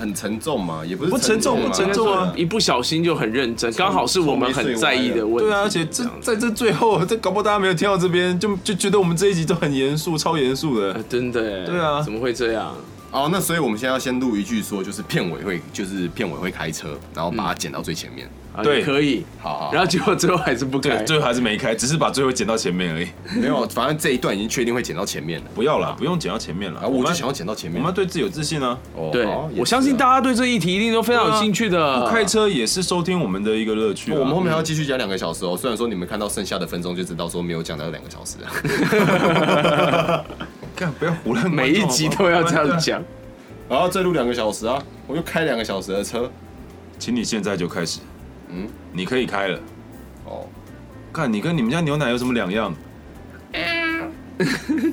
Speaker 4: 很沉重嘛，也不是
Speaker 3: 不沉重
Speaker 4: 嘛
Speaker 3: 不沉重啊
Speaker 5: 一不小心就很认真，刚好是我们很在意的问题。
Speaker 3: 对啊，而且这
Speaker 5: 这样
Speaker 3: 在
Speaker 5: 子
Speaker 3: 这最后，这搞不好大家没有听到这边，就就觉得我们这一集都很严肃，超严肃
Speaker 5: 呃
Speaker 3: 的。
Speaker 5: 真的耶
Speaker 3: 对啊
Speaker 5: 怎么会这样？
Speaker 4: 哦，那所以我们现在要先录一句说，就是片尾会，就是片尾会开车，然后把它剪到最前面。
Speaker 5: 啊
Speaker 3: 对
Speaker 5: 也可以。
Speaker 4: 好好，
Speaker 5: 然后结果最后还是不
Speaker 3: 对，
Speaker 5: 改，
Speaker 3: 最后还是没开，只是把最后剪到前面而已。
Speaker 4: 没有，啊反正这一段已经确定会剪到前面了。
Speaker 3: 不要了，不用剪到前面了。
Speaker 4: 啊，我就想要剪到前
Speaker 3: 我
Speaker 4: 面。
Speaker 3: 们要对自己有自信啊！
Speaker 4: 哦
Speaker 5: 对
Speaker 4: 好也是啊
Speaker 5: 我相信大家对这议题一定都非常
Speaker 3: 对
Speaker 5: 有
Speaker 3: 啊
Speaker 5: 兴趣的。
Speaker 3: 不开车也是收听我们的一个乐趣啊。
Speaker 4: 我们后面还要继续讲两个小时哦。虽然说你们看到剩下的分钟就知道说没有讲到两个小时啊。
Speaker 3: 干不要胡 乱，
Speaker 5: 每一集都要这
Speaker 3: 啊
Speaker 5: 样。 讲，
Speaker 4: 然后再录两个小时啊，我就开两个小时的车。
Speaker 3: 请你现在就开始，
Speaker 4: 嗯，
Speaker 3: 你可以开了。
Speaker 4: 哦，
Speaker 3: 看你跟你们家牛奶有什么两样？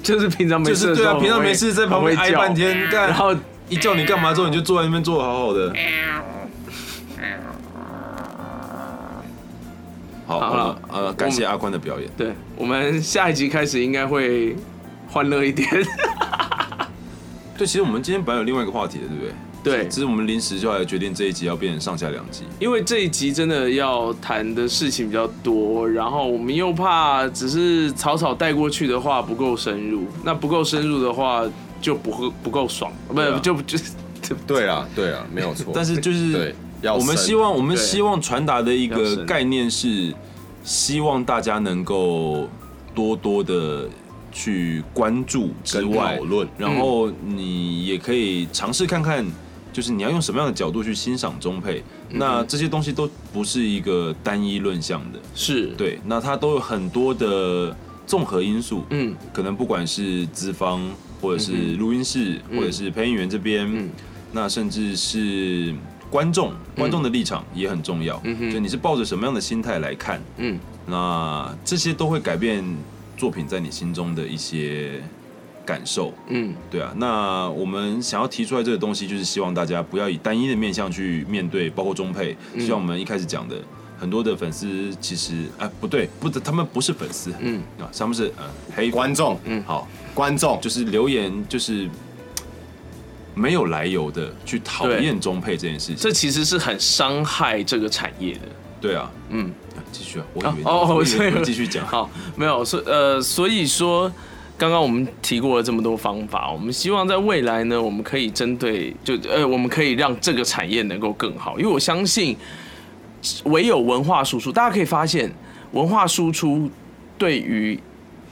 Speaker 5: 就是平常没
Speaker 3: 就
Speaker 5: 事
Speaker 3: 是
Speaker 5: 的时
Speaker 3: 对
Speaker 5: 候
Speaker 3: 啊，
Speaker 5: 很会，
Speaker 3: 平常没事在旁边
Speaker 5: 很会
Speaker 3: 挨
Speaker 5: 叫
Speaker 3: 半，天，干
Speaker 5: 然后
Speaker 3: 一叫你干嘛之后，你就坐在那边坐得好好的。好，
Speaker 5: 好
Speaker 3: 好
Speaker 5: 了
Speaker 3: 了，呃，感谢阿宽的表演。
Speaker 5: 对我们下一集开始应该会欢乐一点。
Speaker 3: 对，其实我们今天本来有另外一个话题的，对不对？
Speaker 5: 对
Speaker 3: 只是我们临时就来决定这一集要变成上下两集。
Speaker 5: 因为这一集真的要谈的事情比较多，然后我们又怕只是草草带过去的话不够深入，那不够深入的话就不会不够爽，不
Speaker 3: 对啊
Speaker 5: 就 就
Speaker 4: 对啦，对啦，没有 错。
Speaker 3: 但是就是
Speaker 4: 对，要
Speaker 3: 我们
Speaker 4: 深
Speaker 3: 希望我们
Speaker 5: 对
Speaker 3: 希望传达的一
Speaker 5: 要
Speaker 3: 个
Speaker 5: 深
Speaker 3: 概念是，希望大家能够多多的去关注之
Speaker 4: 跟
Speaker 3: 外
Speaker 4: 讨，论，
Speaker 3: 然后你也可以尝试看看，就是你要用什么样的角度去欣赏中配。
Speaker 4: 嗯
Speaker 3: 那这些东西都不是一个单一论项的，
Speaker 5: 是，
Speaker 3: 对，那它都有很多的综合因素，
Speaker 5: 嗯，
Speaker 3: 可能不管是资方，或者是录音室，或者是配音员这边，
Speaker 5: 嗯
Speaker 3: 那甚至是观众，观众的立场也很重要。
Speaker 5: 嗯哼
Speaker 3: 就你是抱着什么样的心态来看，
Speaker 5: 嗯，
Speaker 3: 那这些都会改变作品在你心中的一些感受。
Speaker 5: 嗯，
Speaker 3: 对啊，那我们想要提出来这个东西，就是希望大家不要以单一的面向去面对，包括中配，
Speaker 5: 嗯
Speaker 3: 就像我们一开始讲的，很多的粉丝其实啊、不对，不，他们不是粉丝，
Speaker 5: 嗯
Speaker 3: 啊，他们是呃黑粉
Speaker 4: 观众，
Speaker 3: 好，
Speaker 4: 观众
Speaker 3: 就是留言就是嘖没有来由的去讨厌中配这件事情
Speaker 5: 这，其实是很伤害这个产业的。
Speaker 3: 对啊，
Speaker 5: 嗯，
Speaker 3: 啊继续啊，我
Speaker 5: 啊
Speaker 3: 以为
Speaker 5: 哦
Speaker 3: 我以
Speaker 5: 所以
Speaker 3: 为你会继续讲，
Speaker 5: 好，没有，所呃，所以说，刚刚我们提过了这么多方法，我们希望在未来呢，我们可以针对就呃，我们可以让这个产业能够更好，因为我相信，唯有文化输出，大家可以发现，文化输出对于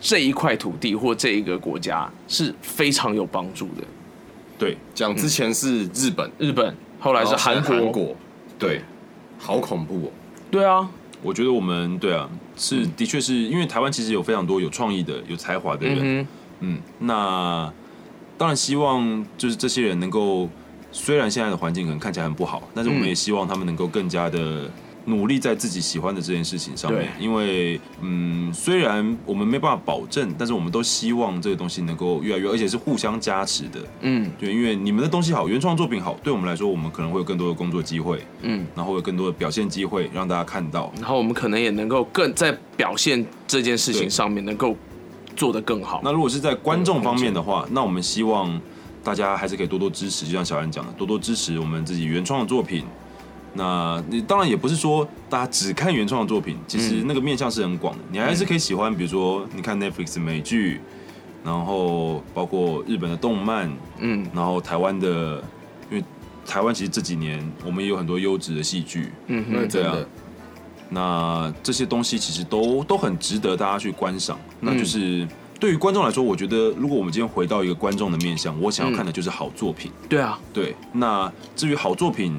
Speaker 5: 这一块土地或这一个国家是非常有帮助的。
Speaker 3: 对，
Speaker 4: 讲之前是日本，
Speaker 5: 日本后来
Speaker 4: 还
Speaker 5: 是啊韩国，
Speaker 4: 韩国，对，好恐怖哦。
Speaker 5: 对啊，
Speaker 3: 我觉得我们对啊，是
Speaker 5: 嗯
Speaker 3: 的确是因为台湾其实有非常多有创意的、有才华的人，
Speaker 5: 嗯哼，
Speaker 3: 嗯，那当然希望就是这些人能够，虽然现在的环境可能看起来很不好，但是我们
Speaker 5: 嗯
Speaker 3: 也希望他们能够更加的努力在自己喜欢的这件事情上面。
Speaker 5: 对
Speaker 3: 因为，嗯，虽然我们没办法保证，但是我们都希望这个东西能够越来越，而且是互相加持的。
Speaker 5: 嗯
Speaker 3: 对，因为你们的东西好，原创作品好，对我们来说，我们可能会有更多的工作机会，
Speaker 5: 嗯。
Speaker 3: 然后会有更多的表现机会让大家看到。
Speaker 5: 然后我们可能也能够更在表现这件事情
Speaker 3: 对
Speaker 5: 上面能够做得更好。
Speaker 3: 那如果是在观众方面的话，那我们希望大家还是可以多多支持，就像小安讲的，多多支持我们自己原创的作品。那你当然也不是说大家只看原创的作品，其
Speaker 5: 嗯
Speaker 3: 实那个面向是很广的，你还是可以喜欢，比如说你看 Netflix 的美剧，然后包括日本的动漫，
Speaker 5: 嗯
Speaker 3: 然后台湾的，因为台湾其实这几年我们也有很多优质的戏剧，
Speaker 5: 嗯
Speaker 4: 那
Speaker 5: 哼，
Speaker 3: 对
Speaker 4: 真的
Speaker 3: 啊，那这些东西其实都都很值得大家去观赏。那就是、对于观众来说，我觉得如果我们今天回到一个观众的面向，我想要看的就是好作品。
Speaker 5: 对啊，
Speaker 3: 对，那至于好作品，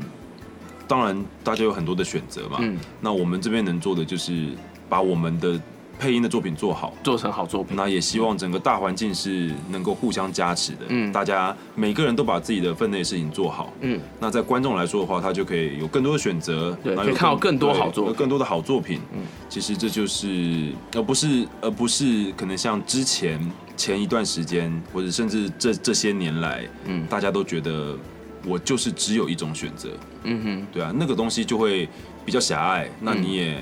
Speaker 3: 当然大家有很多的选择嘛。
Speaker 5: 嗯
Speaker 3: 那我们这边能做的就是把我们的配音的作品做好。
Speaker 5: 做成好作品。
Speaker 3: 那也希望整个大环境是能够互相加持的，
Speaker 5: 嗯
Speaker 3: 大家每个人都把自己的分内事情做好，
Speaker 5: 嗯，
Speaker 3: 那在观众来说的话，他就可以有更多的选择，
Speaker 5: 对
Speaker 3: 然后
Speaker 5: 可以
Speaker 3: 有
Speaker 5: 看到更多好作品嗯
Speaker 3: 对有更多的好作品。其实这就是，而不是而不是可能像之前前一段时间，或者甚至这这些年来，
Speaker 5: 嗯
Speaker 3: 大家都觉得我就是只有一种选择，
Speaker 5: 嗯哼，
Speaker 3: 对啊，那个东西就会比较狭隘，那
Speaker 5: 嗯
Speaker 3: 你也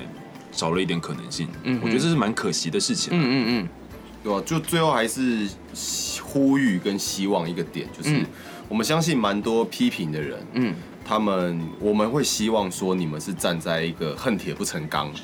Speaker 3: 少了一点可能性。
Speaker 5: 嗯哼
Speaker 3: 我觉得这是蛮可惜的事情。
Speaker 5: 嗯嗯嗯，
Speaker 4: 对吧、就最后还是呼吁跟希望一个点，就是
Speaker 5: 嗯
Speaker 4: 我们相信蛮多批评的人，
Speaker 5: 嗯
Speaker 4: 他们我们会希望说你们是站在一个恨铁不成钢的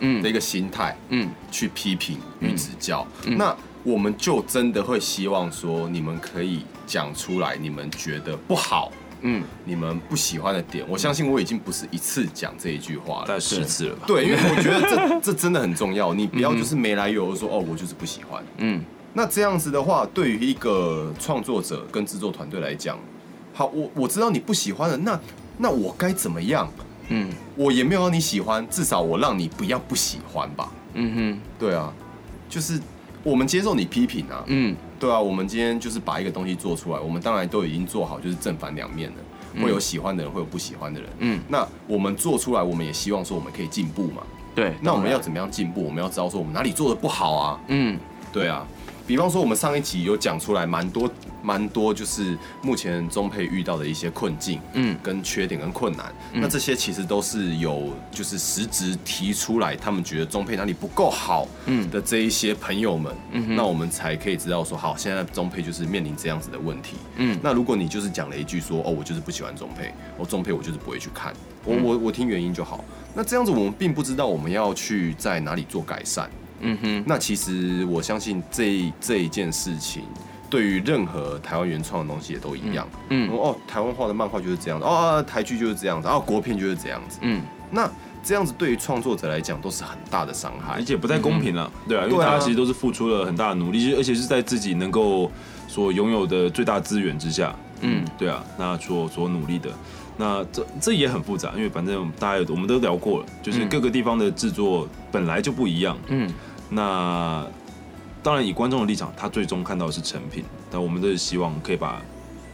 Speaker 4: 一
Speaker 5: 嗯
Speaker 4: 个心态
Speaker 5: 嗯，
Speaker 4: 去批评与指教，那我们就真的会希望说你们可以讲出来，你们觉得不好。
Speaker 5: 嗯，
Speaker 4: 你们不喜欢的点，我相信我已经不是一次讲这一句话了，
Speaker 3: 概十次了吧？
Speaker 4: 对，因为我觉得 这这真的很重要，你不要就是没来由地说哦，我就是不喜欢。
Speaker 5: 嗯，
Speaker 4: 那这样子的话，对于一个创作者跟制作团队来讲，好，我我知道你不喜欢了，那那我该怎么样？
Speaker 5: 嗯
Speaker 4: 我也没有让你喜欢，至少我让你不要不喜欢吧。
Speaker 5: 嗯哼，
Speaker 4: 对啊，就是我们接受你批评啊，
Speaker 5: 嗯
Speaker 4: 对啊，我们今天就是把一个东西做出来，我们当然都已经做好，就是正反两面了，会有喜欢的人，会有不喜欢的人。
Speaker 5: 嗯，
Speaker 4: 那我们做出来，我们也希望说我们可以进步嘛。
Speaker 5: 对。
Speaker 4: 那我们要怎么样进步？我们要知道说我们哪里做的不好啊？
Speaker 5: 嗯
Speaker 4: 对啊，比方说我们上一集有讲出来蛮多蛮多，就是目前中配遇到的一些困境，
Speaker 5: 嗯
Speaker 4: 跟缺点跟困难。那这些其实都是有就是实质提出来，他们觉得中配哪里不够好，
Speaker 5: 嗯
Speaker 4: 的这一些朋友们，
Speaker 5: 哼
Speaker 4: 那我们才可以知道说，好，现在中配就是面临这样子的问题。
Speaker 5: 嗯
Speaker 4: 那如果你就是讲了一句说，哦，我就是不喜欢中配，哦，中配我就是不会去看，我、
Speaker 5: 嗯
Speaker 4: 我我听原因就好。那这样子我们并不知道我们要去在哪里做改善。
Speaker 5: 嗯哼，
Speaker 4: 那其实我相信这一这一件事情，对于任何台湾原创的东西也都一样。
Speaker 5: 嗯嗯
Speaker 4: 哦，台湾画的漫画就是这样子，哦，啊台剧就是这样子，哦，国片就是这样子。
Speaker 5: 嗯
Speaker 4: 那这样子对于创作者来讲都是很大的伤害
Speaker 3: 而。且不太公平了，对啊，因为
Speaker 4: 对啊
Speaker 3: 大家其实都是付出了很大的努力，其实而且是在自己能够所拥有的最大资源之下，
Speaker 5: 嗯，
Speaker 3: 对啊，那所所努力的，那这这也很复杂，因为反正大家有我们都聊过了，就是
Speaker 4: 嗯
Speaker 3: 各个地方的制作本来就不一样，
Speaker 5: 嗯
Speaker 3: 那当然以观众的立场，他最终看到的是成品，但我们都是希望可以把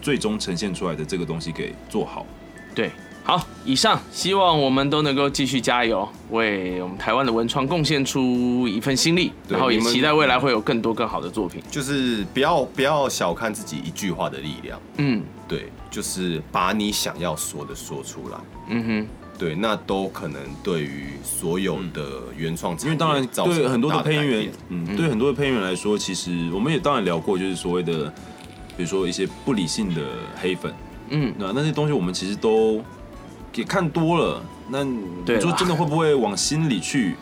Speaker 3: 最终呈现出来的这个东西给做好。
Speaker 5: 对。好，以上希望我们都能够继续加油，为我们台湾的文创贡献出一份心力，
Speaker 4: 对
Speaker 5: 然后也
Speaker 4: 你们
Speaker 5: 期待未来会有更多更好的作品。
Speaker 4: 就是不要不要小看自己一句话的力量，
Speaker 5: 嗯
Speaker 4: 对，就是把你想要说的说出来，
Speaker 5: 嗯
Speaker 4: 对，那都可能对于所有的原创产
Speaker 3: 嗯因
Speaker 4: 业
Speaker 3: 为当然
Speaker 4: 造成
Speaker 3: 对很多
Speaker 4: 大
Speaker 3: 的
Speaker 4: 的
Speaker 3: 配音
Speaker 4: 改
Speaker 3: 员
Speaker 4: 变，
Speaker 3: 嗯，对很多的配音员来说，其实我们也当然聊过，就是所谓的，比如说一些不理性的黑粉，啊
Speaker 5: 哼，嗯
Speaker 3: 那那些东西我们其实都也看多了。那你
Speaker 5: 对啦
Speaker 3: 说真的会不会往心里去？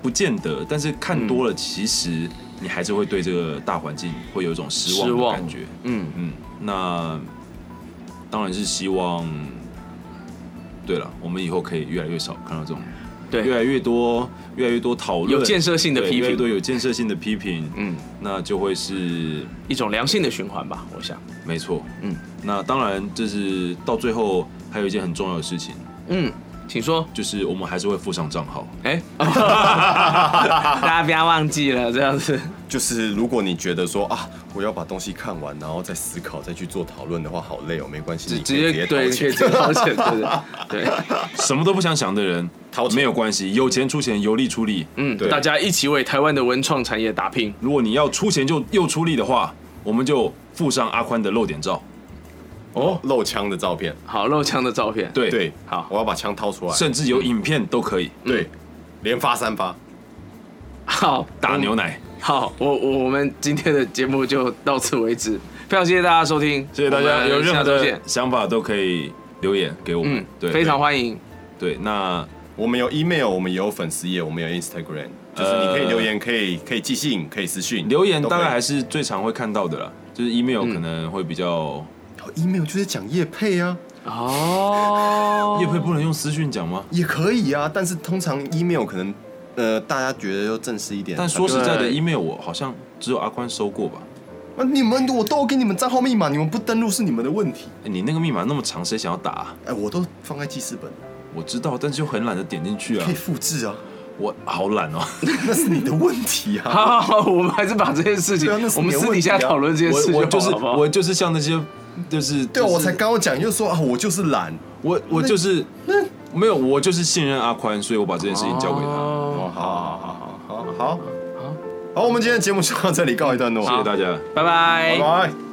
Speaker 3: 不见得，但是看多了，其实你还是会对这个大环境会有一种失望
Speaker 5: 失
Speaker 3: 的
Speaker 5: 望
Speaker 3: 感觉。
Speaker 5: 嗯，
Speaker 3: 嗯，那当然是希望，对了，我们以后可以越来越少看到这种，越
Speaker 5: 对，
Speaker 3: 来越多、越来越多讨论
Speaker 5: 有建设性的
Speaker 3: 对
Speaker 5: 批
Speaker 3: 越来越多
Speaker 5: 评，
Speaker 3: 有建设性的批评，
Speaker 5: 嗯，
Speaker 3: 那就会是
Speaker 5: 一种良性的循环吧，我想。
Speaker 3: 没错。
Speaker 5: 嗯，
Speaker 3: 那当然就是到最后还有一件很重要的事情，
Speaker 5: 嗯，请说。
Speaker 3: 就是我们还是会附上账号。
Speaker 5: 哎、 大家不要忘记了，这样子。
Speaker 4: 就是如果你觉得说啊，我要把东西看完，然后再思考，再去做讨论的话，好累哦，没关系，
Speaker 5: 直
Speaker 4: 你可
Speaker 5: 直
Speaker 4: 以
Speaker 5: 接
Speaker 4: 直接
Speaker 5: 对，
Speaker 4: 投
Speaker 5: 可
Speaker 4: 钱
Speaker 5: 以直接掏钱，对对对，
Speaker 3: 什么都不想想的人，
Speaker 4: 掏钱
Speaker 3: 没有关系，有钱出钱，有力出力。
Speaker 5: 嗯，
Speaker 4: 对
Speaker 5: 大家一起为台湾的文创产业打拼。
Speaker 3: 如果你要出钱就又出力的话，我们就附上阿宽的露点照。
Speaker 5: 哦，
Speaker 4: 露枪的照片，
Speaker 5: 好，露枪的照片，，
Speaker 3: 对，
Speaker 4: 对，
Speaker 5: 好
Speaker 4: 我要把枪掏出来，
Speaker 3: 甚至有影片都可以。
Speaker 5: 嗯
Speaker 4: 对，连发三发，
Speaker 5: 好
Speaker 3: 打牛奶，
Speaker 5: 好，我我我们今天的节目就到此为止，非常谢谢大家收听，
Speaker 3: 谢谢大家。
Speaker 5: 我们
Speaker 3: 有任何
Speaker 5: 下周见
Speaker 3: 的，想法都可以留言给我们
Speaker 5: 嗯，，
Speaker 3: 对，
Speaker 5: 非常欢迎，
Speaker 3: 对。那
Speaker 4: 我们有 email，我们也有粉丝页，我们有 Instagram，就是你可以留
Speaker 5: 呃
Speaker 4: 言，可以可以寄信，可以私讯
Speaker 3: 留言大概还
Speaker 4: 是
Speaker 3: 是最常会看到的啦，就是 email 可能会比较。
Speaker 4: 哦 email 就是讲叶配啊，
Speaker 5: 哦，
Speaker 3: 叶配不能用私讯讲吗？
Speaker 4: 也可以啊，但是通常 email 可能呃大家觉得要正式一点，
Speaker 3: 但说实在的
Speaker 5: 对
Speaker 3: ，email 我好像只有阿宽收过吧。
Speaker 4: 啊你们我都有给你们账号密码，你们不登录是你们的问题，
Speaker 3: 哎你那个密码那么长，谁想要打啊？
Speaker 4: 哎，我都放在记事本，
Speaker 3: 我知道，但是又很懒得点进去啊
Speaker 4: 可以。复制啊，
Speaker 3: 我好懒哦，
Speaker 4: 那是你的问题啊。
Speaker 5: 好， 好，好我们还是把这件事情
Speaker 4: 对啊那，是
Speaker 5: 我们
Speaker 4: 你的
Speaker 5: 私
Speaker 4: 问
Speaker 5: 底
Speaker 4: 题啊
Speaker 5: 下讨 论这件事
Speaker 3: 我我就是
Speaker 5: 好了好不好
Speaker 3: 我就是像那些，就是
Speaker 4: 对啊，
Speaker 3: 就是
Speaker 4: 我才刚刚讲，就是说啊，我就是懒。
Speaker 3: 我我就是没有，我就是信任阿宽，所以我把这件事情交给他。
Speaker 4: 哦，
Speaker 5: 哦
Speaker 4: 好好好好好好好，好，我们今天的节目就到这里告一段落，
Speaker 3: 谢谢大家。
Speaker 5: 拜
Speaker 4: 拜
Speaker 5: 拜
Speaker 4: 拜。